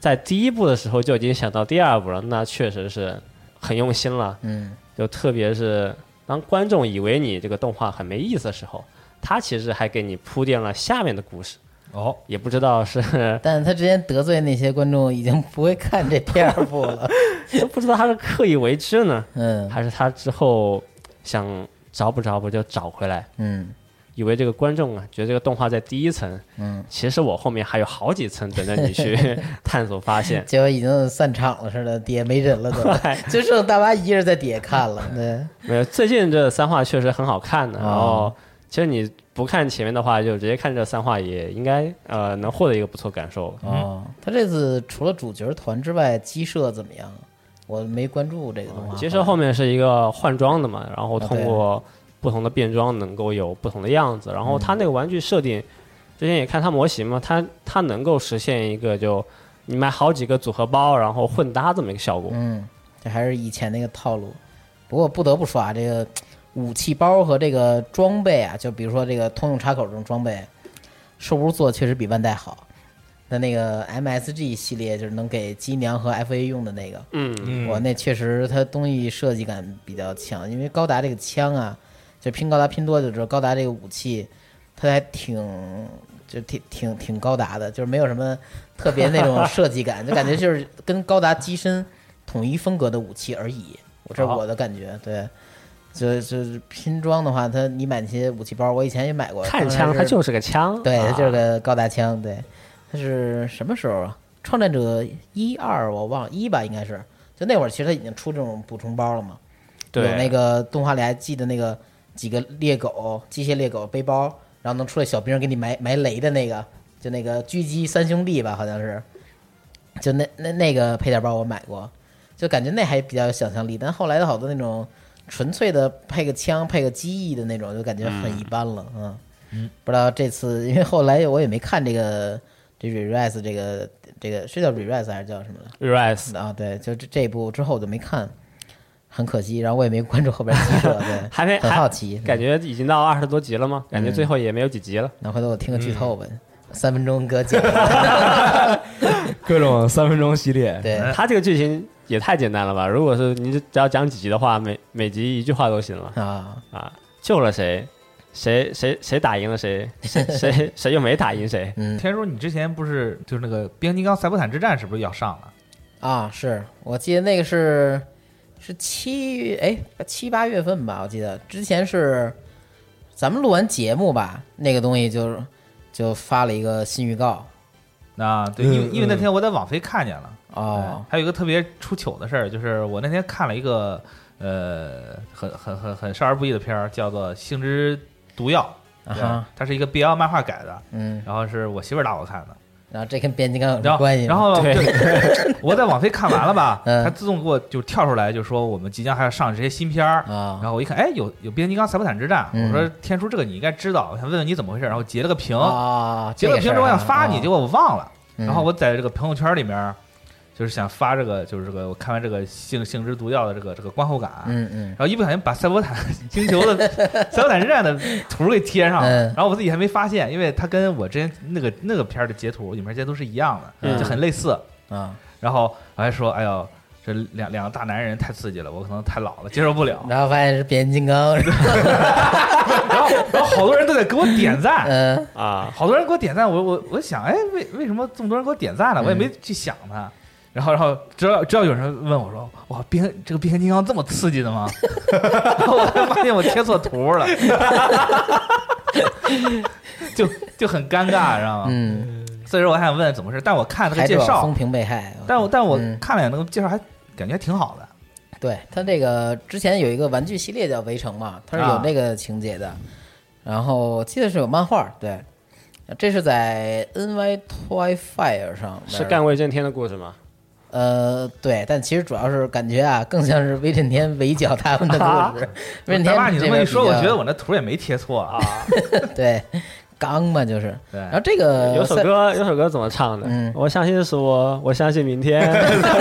S4: 在第一部的时候就已经想到第二部了，那确实是很用心了。
S2: 嗯
S4: 就特别是当观众以为你这个动画很没意思的时候，他其实还给你铺垫了下面的故事。
S5: 哦，
S4: 也不知道是
S2: 但他之前得罪那些观众，已经不会看这第二部了。
S4: 都 不知道他是刻意为之呢，
S2: 嗯
S4: 还是他之后想找不着不就找回来？
S2: 嗯
S4: 以为这个观众啊，觉得这个动画在第一层，
S2: 嗯，
S4: 其实我后面还有好几层等着你去探索 发现。
S2: 结果已经散场了似的，底下没人了 都，就剩大妈一人在底下看了。对，
S4: 没有，最近这三话确实很好看的，然后其实你不看前面的话，就直接看这三话也应该呃能获得一个不错感受吧。
S2: 哦，他这次除了主角团之外，鸡社怎么样？我没关注这个动画。
S4: 其实哦后面是一个换装的嘛，然后
S2: 啊
S4: 通
S2: 对
S4: 过不同的变装能够有不同的样子。然后
S2: 嗯
S4: 它那个玩具设定，之前也看它模型嘛，它它能够实现一个就你买好几个组合包，然后混搭这么一个效果。
S2: 嗯，这还是以前那个套路。不过不得不说啊，这个武器包和这个装备啊，就比如说这个通用插口这种装备，兽屋做的确实比万代好。那那个 MSG 系列就是能给机娘和 FA 用的那个，
S4: 嗯，
S3: 嗯
S2: 我那确实它东西设计感比较强，因为高达这个枪啊，就拼高达拼多就知道高达这个武器，它还挺就挺挺挺高达的，就是没有什么特别那种设计 感，就感觉就是跟高达机身统一风格的武器而已。我这是
S4: 好
S2: 我的感觉，对。就就是拼装的话，它你买那些武器包，我以前也买过，
S4: 看
S2: 当时
S4: 枪它
S2: 是
S4: 就是个枪，
S2: 对，
S4: 啊
S2: 它就是个高达枪，对，它是什么时候啊？创战者一二我忘了一吧，应该是，就那会儿其实它已经出这种补充包了嘛，
S4: 对
S2: 有那个动画里还记得那个几个猎狗，机械猎狗背包，然后能出来小兵给你埋埋雷的那个，就那个狙击三兄弟吧，好像是，就那那那个配件包我买过，就感觉那还比较有想象力，但后来的好多那种纯粹的配个枪、配个机翼的那种，就感觉很一般了，嗯。不知道这次，因为后来我也没看这个这 Re-Rise 这个这个是叫 Re-Rise 还是叫什么了
S4: rise
S2: 啊？对，就这这一部之后我就没看，很可惜。然后我也没关注后边剧社，对，
S4: 还没
S2: 很
S4: 还
S2: 好奇。嗯
S4: 感觉已经到二十多集了吗？感觉最后也没有几集了。
S2: 那回头我听个剧透吧，三分钟给我讲。
S3: 各种三分钟系列，
S2: 对，
S4: 它这个剧情也太简单了吧？如果是你只要讲几集的话，每每集一句话都行了。
S2: 啊，
S4: 啊，救了谁，谁谁谁打赢了谁， 谁谁谁又没打赢谁。
S2: 嗯
S5: 天叔，你之前不是就是那个《变形金刚：赛博坦之战》是不是要上了？
S2: 啊，是我记得那个是是七月哎七八月份吧，我记得之前是咱们录完节目吧，那个东西就就发了一个新预告
S5: 啊，对，因为
S3: 嗯
S5: 因为那天我在网飞看见了。
S2: 哦
S5: 哎。还有一个特别出糗的事儿，就是我那天看了一个呃很很很很少儿不宜的片儿，叫做《星之毒药》
S2: 啊哈，
S5: 哎它是一个 BL 漫画改的，
S2: 嗯
S5: 然后是我媳妇儿拉我看的。
S2: 然后这跟变形金刚有什
S5: 然
S2: 么
S5: 后
S2: 关系吗？
S5: 然后
S4: 对
S5: 就 我在网飞看完了吧，
S2: 嗯
S5: 它自动给我就跳出来就说我们即将还要上这些新片儿。
S2: 啊
S5: 然后我一看，哎，有有变形金刚、萨博坦之战，
S2: 嗯
S5: 我说天叔这个你应该知道，我想问问你怎么回事，然后截了个屏，
S2: 啊，嗯
S5: 截了个屏之后我想发你，结
S2: 就
S5: 果我忘了。
S2: 然
S5: 然后我在这个朋友圈里面，就是想发这个，就是这个我看完这个性性之毒药的这个这个观后感，
S2: 嗯嗯
S5: 然后一不小心把赛博坦 星球的赛博坦之战的图给贴上了，
S2: 嗯
S5: 然后我自己还没发现，因为它跟我之前那个那个片儿的截图、影片截图是一样的，
S4: 嗯
S5: 就很类似。
S2: 啊，
S5: 然后我还说，哎呦。这两两个大男人太刺激了，我可能太老了，接受 不了。
S2: 然后发现是变形金刚， 是吧
S5: 然后，然后好多人都得给我点赞，
S2: 嗯
S4: 啊，
S5: 好多人给我点赞，我我我想，哎，为为什么这么多人给我点
S2: 嗯
S5: 赞呢？我也没去想它。然后，然后直到直到有人问我说：“哇，变这个变形金刚这么刺激 的吗？”然后我才发现我贴错图了， 就就很尴尬，知道吗？
S2: 嗯，
S5: 所以说我还想问怎么回事，但我看这个
S2: 还
S5: 啊介绍
S2: 风，评被害，
S5: 但我但我
S2: 嗯
S5: 看了眼那个介绍，还感觉挺好的。
S2: 对他这个之前有一个玩具系列叫《围城》嘛，它是有这个情节的。然后我记得是有漫画，对，这是在 N Y Toy Fire 上面
S4: 是干魏震天的故事吗？
S2: 呃对，但其实主要是感觉啊， 更像是威震天围剿他们的故 事。威震
S5: 大
S2: 天
S5: 爸，你
S2: 这
S5: 这么
S2: 边
S5: 一
S2: 比
S5: 说，我
S2: 较
S5: 觉得我那图也没贴 错啊。
S2: 对刚嘛就是。
S5: 对
S2: 然后这个
S4: 有首歌，有首歌怎么唱的？
S2: 呃嗯
S4: 我相信是我，我相信明 天，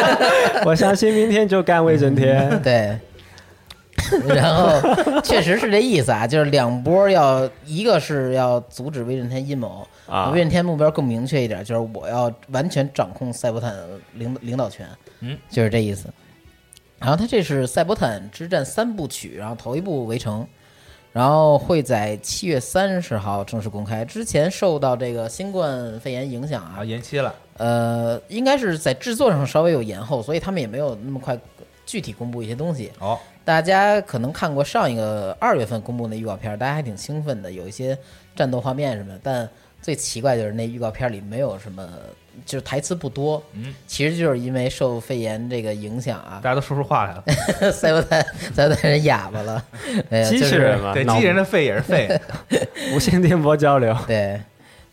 S4: 我相信明天就干魏震天。
S2: 对，然后确实是这意思啊，就是两波要，一个是要阻止威震天阴谋
S4: 啊
S2: 威震天目标更明确一点，就是我要完全掌控赛博坦领领导权，
S5: 嗯，
S2: 就是这意思。然后它这是赛博坦之战三部曲，然后头一部《围城》，然后会在七月三十号正式公开。之前受到这个新冠肺炎影响啊
S5: 啊，，延期了，
S2: 呃，应该是在制作上稍微有延后，所以他们也没有那么快具体公布一些东西。
S5: 哦，
S2: 大家可能看过上一个二月份公布那预告片儿，大家还挺兴奋的，有一些战斗画面什么的。但最奇怪就是那预告片儿里没有什么，就是台词不多。
S5: 嗯，
S2: 其实就是因为受肺炎这个影响啊
S5: 大，家都说出话来了。
S2: 赛博坦赛博坦人哑巴 了，哎呀，
S4: 机
S2: 就
S4: 器
S2: 是
S4: 人嘛，
S5: 对，
S4: 脑
S5: 机器人的肺也是 肺。
S4: 无线电波交流。
S2: 对，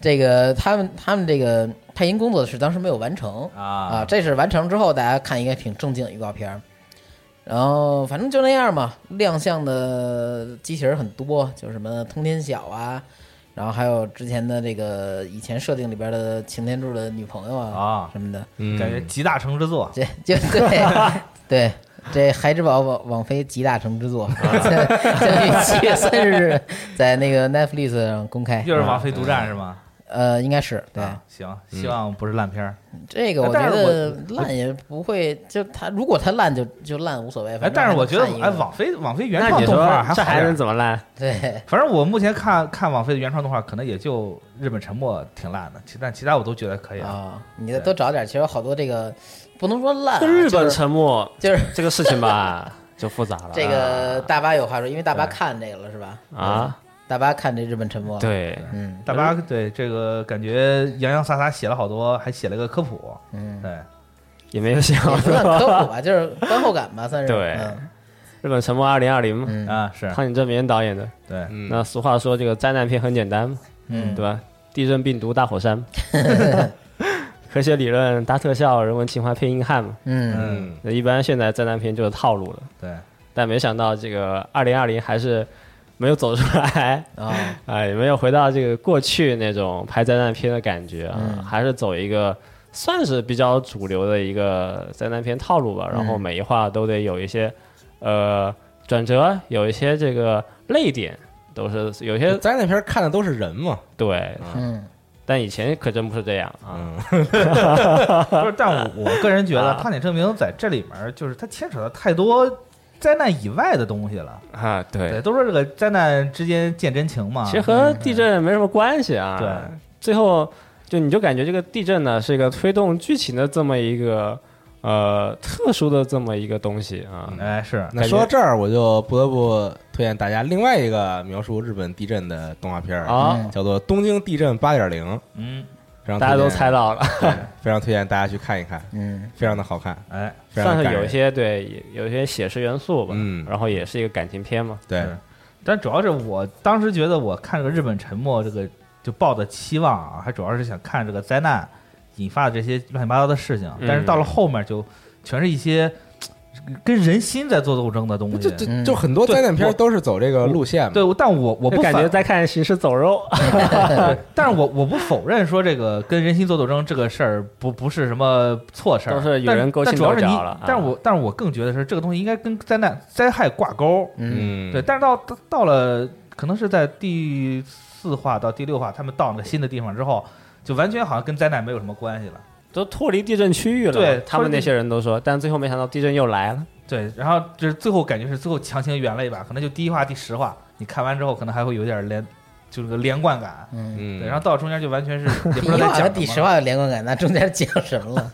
S2: 这个他们他们这个配音工作室当时没有完成
S5: 啊
S2: 这是完成之后大家看一个挺正经的预告片儿，然后反正就那样嘛，亮相的机器人很多，就是什么通天晓啊，然后还有之前的这个以前设定里边的擎天柱的女朋友啊
S5: 啊
S2: 什么的，
S3: 嗯
S5: 感觉集大成之作。
S2: 这就对 对，这孩之宝网网飞集大成之作，
S5: 啊
S2: 将于七月三十日在那个 Netflix 上公开，
S5: 又是王菲独占是吗？
S2: 呃，应该是对。
S5: 啊，行，希望不是烂片儿。
S2: 这个我
S5: 哎但
S2: 觉
S5: 是
S2: 得烂也不会，就他如果他烂就就烂无所谓。反
S5: 哎，
S2: 正
S5: 但是我觉得
S2: 看一，个
S5: 哎，网飞网飞原
S4: 那
S5: 创
S4: 你
S5: 动
S4: 说
S5: 画还
S4: 这
S5: 好
S4: 还
S5: 点
S4: 能
S5: 儿。
S4: 怎么烂？
S2: 对
S5: 反正我目前看看网飞的原创动画，可能也就《日本沉默》挺烂的，其但其他我都觉得可以。
S2: 啊，你再多找点，其实有好多这个不能说烂啊，
S4: 日
S2: 就
S4: 本
S2: 是
S4: 沉默
S5: 啊
S2: 就是
S4: 这个事情吧，就复杂了。
S2: 这个大巴有话说，因为大巴看这个了是吧？
S4: 啊，
S2: 大巴看这日本沉默，，
S4: 对，
S2: 嗯
S5: 大巴对这个感觉洋洋洒洒写了好多，还写了个科普。
S2: 嗯，
S5: 对，
S4: 也没有想
S2: 也不算科
S4: 说
S2: 普 吧，就是观后感吧，算是
S4: 对
S2: 嗯
S4: 日本沉默二零二零，
S2: 嗯
S5: 啊是，
S4: 汤井证明导演的。
S5: 对，
S4: 那俗话说，这个灾难片很简单，
S2: 嗯
S4: 对吧？地震、病毒、大火山，科学理论、搭特效、人文情怀、配硬汉嘛。
S2: 嗯
S5: 嗯
S4: 那一般现在灾难片就是套路了，
S5: 对，
S4: 但没想到这个二零二零还是没有走出来。
S2: 啊
S4: 啊，也没有回到这个过去那种拍灾难片的感觉啊，
S5: 嗯
S4: 还是走一个算是比较主流的一个灾难片套路吧。
S5: 嗯
S4: 然后每一话都得有一些呃转折，有一些这个泪点，都是有
S5: 嗯
S4: 些
S3: 灾难片看的都是人嘛，
S4: 对。
S2: 嗯
S4: 但以前可真不是这样啊，
S3: 嗯，
S5: 不是，但我我个人觉得
S4: 啊
S5: 《汤浅证明》在这里面儿就是它牵扯到太多灾难以外的东西了。
S4: 啊，
S5: 对，
S4: 对，
S5: 都说这个灾难之间见真情嘛。
S4: 其实和地震没什么关系啊。
S5: 对，
S4: 最后就你就感觉这个地震呢是一个推动剧情的这么一个呃特殊的这么一个东西啊。
S5: 哎是，
S3: 那说到这儿，我就不得不推荐大家另外一个描述日本地震的动画片儿，
S4: 啊，
S2: 嗯
S3: 叫做《东京地震八点零》，
S5: 嗯
S3: 非常
S4: 大家都猜
S3: 到，
S4: 到了，
S3: 非常推荐大家去看一看，
S2: 嗯
S3: 非常的好看，
S5: 哎
S3: 非常
S4: 算
S3: 的
S4: 是
S3: 感
S4: 有
S3: 人
S4: 一些对有一些写实元素吧，
S3: 嗯
S4: 然后也是一个感情片嘛，
S3: 对
S5: 是但主要是我当时觉得我看这个日本沉没这个就抱的期望啊，还主要是想看这个灾难引发的这些乱七八糟的事
S4: 嗯
S5: 情，但是到了后面就全是一些呃跟人心在做斗争的东西。
S3: 就就就很多灾难片都是走这个路线嘛。
S5: 对，我但我我不
S4: 感
S5: 反
S4: 觉在看《行尸走肉》
S2: 嗯
S5: 但是我我不否认说这个跟人心做斗争这个事儿不不是什么错事儿，
S4: 都是与
S5: 但
S4: 人勾
S5: 但
S4: 心
S5: 主要
S4: 斗
S5: 是
S4: 角
S5: 你
S4: 了啊
S5: 但是我但是我更觉得是这个东西应该跟灾难灾害挂钩，
S2: 嗯
S3: 嗯，
S5: 对。但是到到到了可能是在第四话到第六话，他们到那个新的地方之后，就完全好像跟灾难没有什么关系了。
S4: 都脱离地震区域了。
S5: 对
S4: 他们那些人都说，但最后没想到地震又来了。
S5: 对，然后就是最后感觉是最后强行圆了一把，可能就第一话第十话，你看完之后可能还会有点连，就是个连贯感。
S2: 嗯，
S3: 嗯，
S5: 对，然后到中间就 完全是
S2: 第
S5: 也
S2: 一
S5: 不知道在
S2: 话和
S5: 讲什么
S2: 第十话有连贯感，那中间讲什么 了？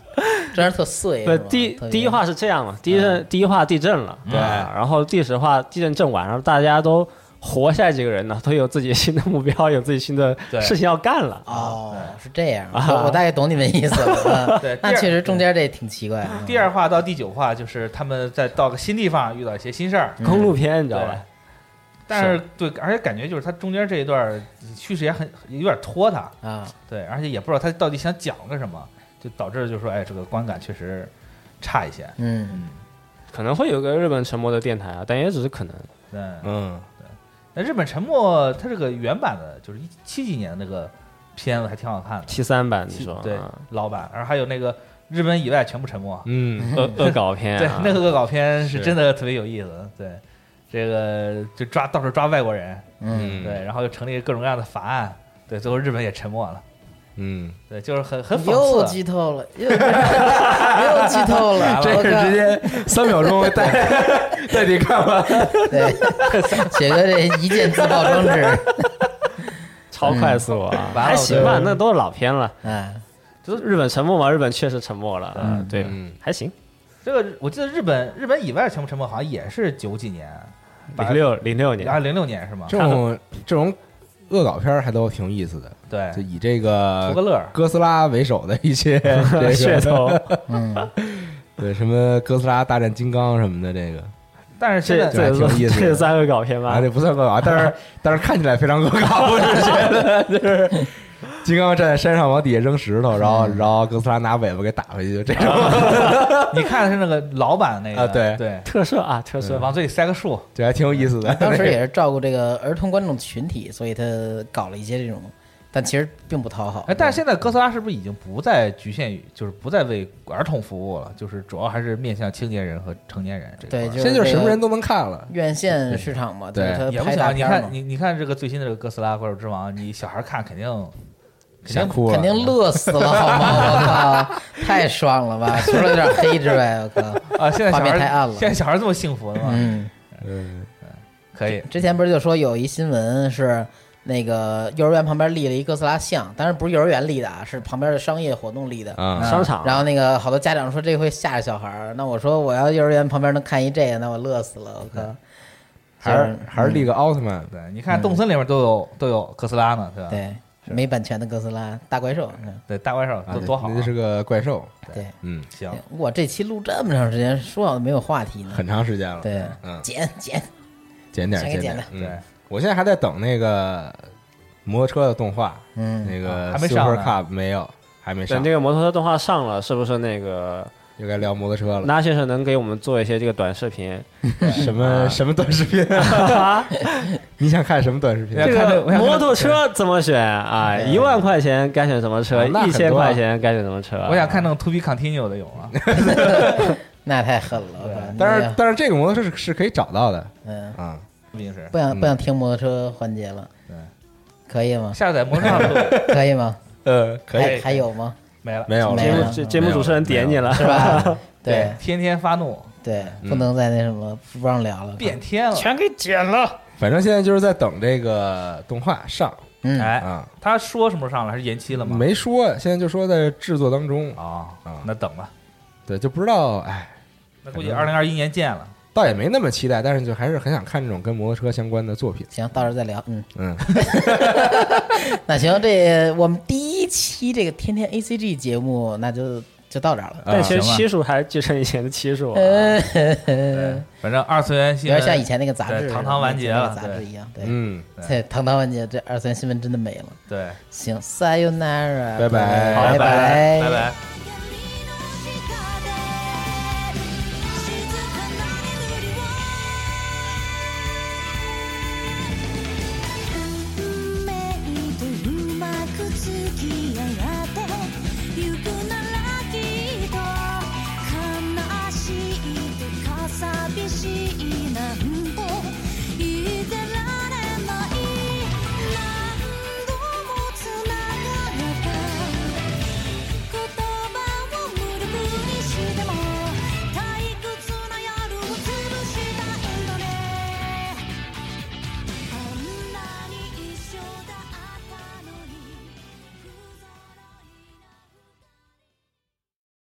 S2: 中间特
S5: 哎
S2: 碎。
S4: 对
S2: 是，吧
S4: 第
S2: 特别
S4: 第一话是这样嘛，第一阵第一话地震了，
S5: 嗯
S4: 对吧，然后第十话地震震完，然后大家都活下来几个人呢，都有自己新的目标，有自己新的
S5: 对
S4: 事情要干了。
S2: 哦，是这样，
S4: 啊
S2: 我我大概懂你们意思了。
S5: 对
S2: 嗯那
S5: 第二
S2: 确实中间这挺奇怪啊。
S5: 第二话到第九话，就是他们在到个新地方遇到一些新事
S2: 嗯
S5: 儿，
S4: 公路片你知道
S5: 对
S4: 吧？。
S5: 但是对，而且感觉就是他中间这一段儿叙事也很有点拖沓，
S2: 啊，
S5: 对，而且也不知道他到底想讲个什么，就导致就是说，哎，这个观感确实差一些。
S2: 嗯，
S4: 可能会有个日本沉没的电台啊，但也只是可能。
S5: 嗯，
S3: 嗯，
S5: 那日本沉默它这个原版的，就是一七几年的那个片子还挺好看的，
S4: 七三版你说
S5: 对
S4: 啊
S5: 老版，然后还有那个日本以外全部沉默，
S3: 嗯，
S4: 恶恶搞片
S5: 对
S4: 啊，
S5: 那个恶搞片是
S3: 是
S5: 真的特别有意思，对。这个就抓到处抓外国人，
S2: 嗯，
S5: 对，然后又成立各种各样的法案，对，最后日本也沉默了，
S3: 嗯，
S5: 对，就是很很
S2: 又
S5: 讽刺，
S2: 剧透了，又 又剧透了，
S3: 这
S2: 我
S3: 是
S2: 靠
S3: 直接三秒钟带 带你看完，
S2: 对，雪哥这一键自爆装置，
S4: 超快速啊，
S5: 完了
S4: 还行吧，那都是老片了。
S2: 嗯，
S4: 就是日本沉没嘛，日本确实沉没了，啊对
S3: 嗯，
S4: 还行。
S5: 这个我记得日本日本以外全部沉默好像也是九几年，
S4: 零六零六
S5: 啊
S4: 年，
S5: 零六年是吗？
S3: 这种这种恶搞片儿还都挺有意思的，
S5: 对
S3: 就，以这
S5: 图个
S3: 个
S5: 乐儿，
S3: 哥斯拉为首的一些这个
S4: 噱 头，
S2: 嗯，
S3: 对什么哥斯拉大战金刚什么的，这个
S5: 但是现
S4: 这
S5: 在
S3: 挺
S4: 这
S3: 有意
S4: 也
S3: 思
S4: 算
S3: 的
S4: 这也算恶搞片
S3: 啊，
S4: 吧？
S3: 这不算恶搞，但是但是看起来非常恶搞，我是觉得就是金刚站在山上往底下扔石头，然后然后哥斯拉拿尾巴给打回去，就这种，
S5: 你看的是那个老版那个，
S3: 啊对
S5: 对，
S4: 特摄啊，特摄。
S5: 往嘴里塞个树，
S3: 这还挺有意思的。
S2: 当时也是照顾这个儿童观众群体，所以他搞了一些这种，但其实并不讨好
S5: 哎，。但是现在哥斯拉是不是已经不再局限于，就是不再为儿童服务了？就是主要还是面向青年人和成年人这
S2: 对，
S5: 块。
S2: 就
S3: 现在就是什么人
S2: 都
S3: 都能看了，
S2: 院线市场嘛，
S3: 对
S2: 就是
S5: 也
S2: 他
S5: 不
S2: 拍
S5: 行
S2: 大
S5: 啊，你
S2: 片儿
S5: 看
S2: 嘛，
S5: 你你看这个最新的这个哥斯拉怪兽之王，你小孩看肯定肯
S3: 吓
S5: 定
S3: 哭了，
S2: 肯定乐死了，好 吗？我靠，太爽了吧！除了有点黑之外，我靠，
S5: 啊，现在
S2: 画
S5: 小
S2: 面
S5: 孩
S2: 太暗了
S5: 现在小孩这么幸福的吗？
S2: 嗯，
S3: 嗯，
S5: 可以，
S2: 之前不是就说有一新闻是那个幼儿园旁边立了一哥斯拉像，当然不是幼儿园立的啊，是旁边的商业活动立的。
S3: 啊，
S4: 商场，
S2: 然后那个好多家长说这会吓着小孩儿，那我说我要幼儿园旁边能看一这个，那我乐死了，我靠！
S3: 嗯还
S2: 嗯
S3: 是还是立个奥特曼，
S5: 对，你看动森里面都有都有哥斯拉
S3: 啊
S5: 呢，对吧？
S2: 嗯对没版权的哥斯拉大怪兽，嗯
S5: 对，大怪兽
S3: 啊
S5: 多多好啊
S3: 那，是个怪兽，
S2: 对。
S3: 嗯，
S5: 行，
S2: 我这期录这么长时间，说好的没有话题呢。
S3: 很长时间了，
S2: 对，
S3: 嗯，
S2: 剪剪，
S3: 减点
S2: 全
S3: 儿
S2: 给剪
S3: 减点儿，嗯
S5: 对，
S3: 我现在还在等那个摩托车的动画，
S2: 嗯，
S3: 那个
S5: 还没上
S3: Super
S5: 呢
S3: Cup 没有，还没
S4: 等
S3: 上
S4: 这，个摩托车动画上了，是不是那个
S3: 又该聊摩托车了，
S4: 那先生能给我们做一些这个短视频？
S3: 什么什么短视频啊？你想看什么短视频？
S5: 这
S4: 这
S5: 看
S4: 个
S5: 我想看
S4: 摩托车怎么选啊？一万块钱该选什么车？
S3: 啊那
S4: 一
S3: 很
S4: 千
S3: 多啊
S4: 块钱该选什么车？
S5: 我想看那种 To Be Continue 的有啊吗？
S2: 那太狠了。我靠
S3: 但
S2: 那
S3: 是
S2: 个
S3: 但是这个摩托车是是可以找到的
S2: 嗯，
S3: 啊，
S5: 毕竟是
S2: 不想不想听摩托车环节了，可以吗？
S5: 下载摩托车
S2: 可以吗？
S3: 呃，可
S2: 还
S3: 以，
S2: 还有吗？
S5: 没了，
S3: 没有了
S4: 哎节
S2: 没
S4: 目
S2: 了
S4: 节节目主持人点你了，
S2: 是吧？对
S5: 天天发怒，
S2: 对，不能再那什么，不让聊了。
S5: 变天了，
S4: 给剪了。
S3: 反正现在就是在等这个动画上
S2: 嗯，
S5: 哎，
S3: 啊，
S5: 他说什么时候上了？还是延期了吗？
S3: 没说，现在就说在制作当中，
S5: 啊、
S3: 啊
S5: 那等吧，
S3: 对，就不知道，哎，
S5: 那估计二零二一年见了。
S3: 倒也没那么期待，但是就还是很想看这种跟摩托车相关的作品，
S2: 行，到时候再聊。嗯，
S3: 嗯，
S2: 那行，这我们第一期这个天天 A C G 节目，那就就到这儿了。
S4: 但其实
S5: 啊行吧
S4: 期数还继承以前的期数啊，
S2: 呃，
S5: 对，反正二次元
S2: 有
S5: 新
S2: 点
S5: 闻
S2: 像以前那个杂志，
S5: 对堂堂完结了
S2: 那个杂志一样。对，
S3: 嗯，
S2: 对，堂堂完结，这二次元新闻真的没了。
S5: 对，
S2: 行，Sayonara，
S3: 拜拜
S5: 好，
S2: 拜
S5: 拜拜拜。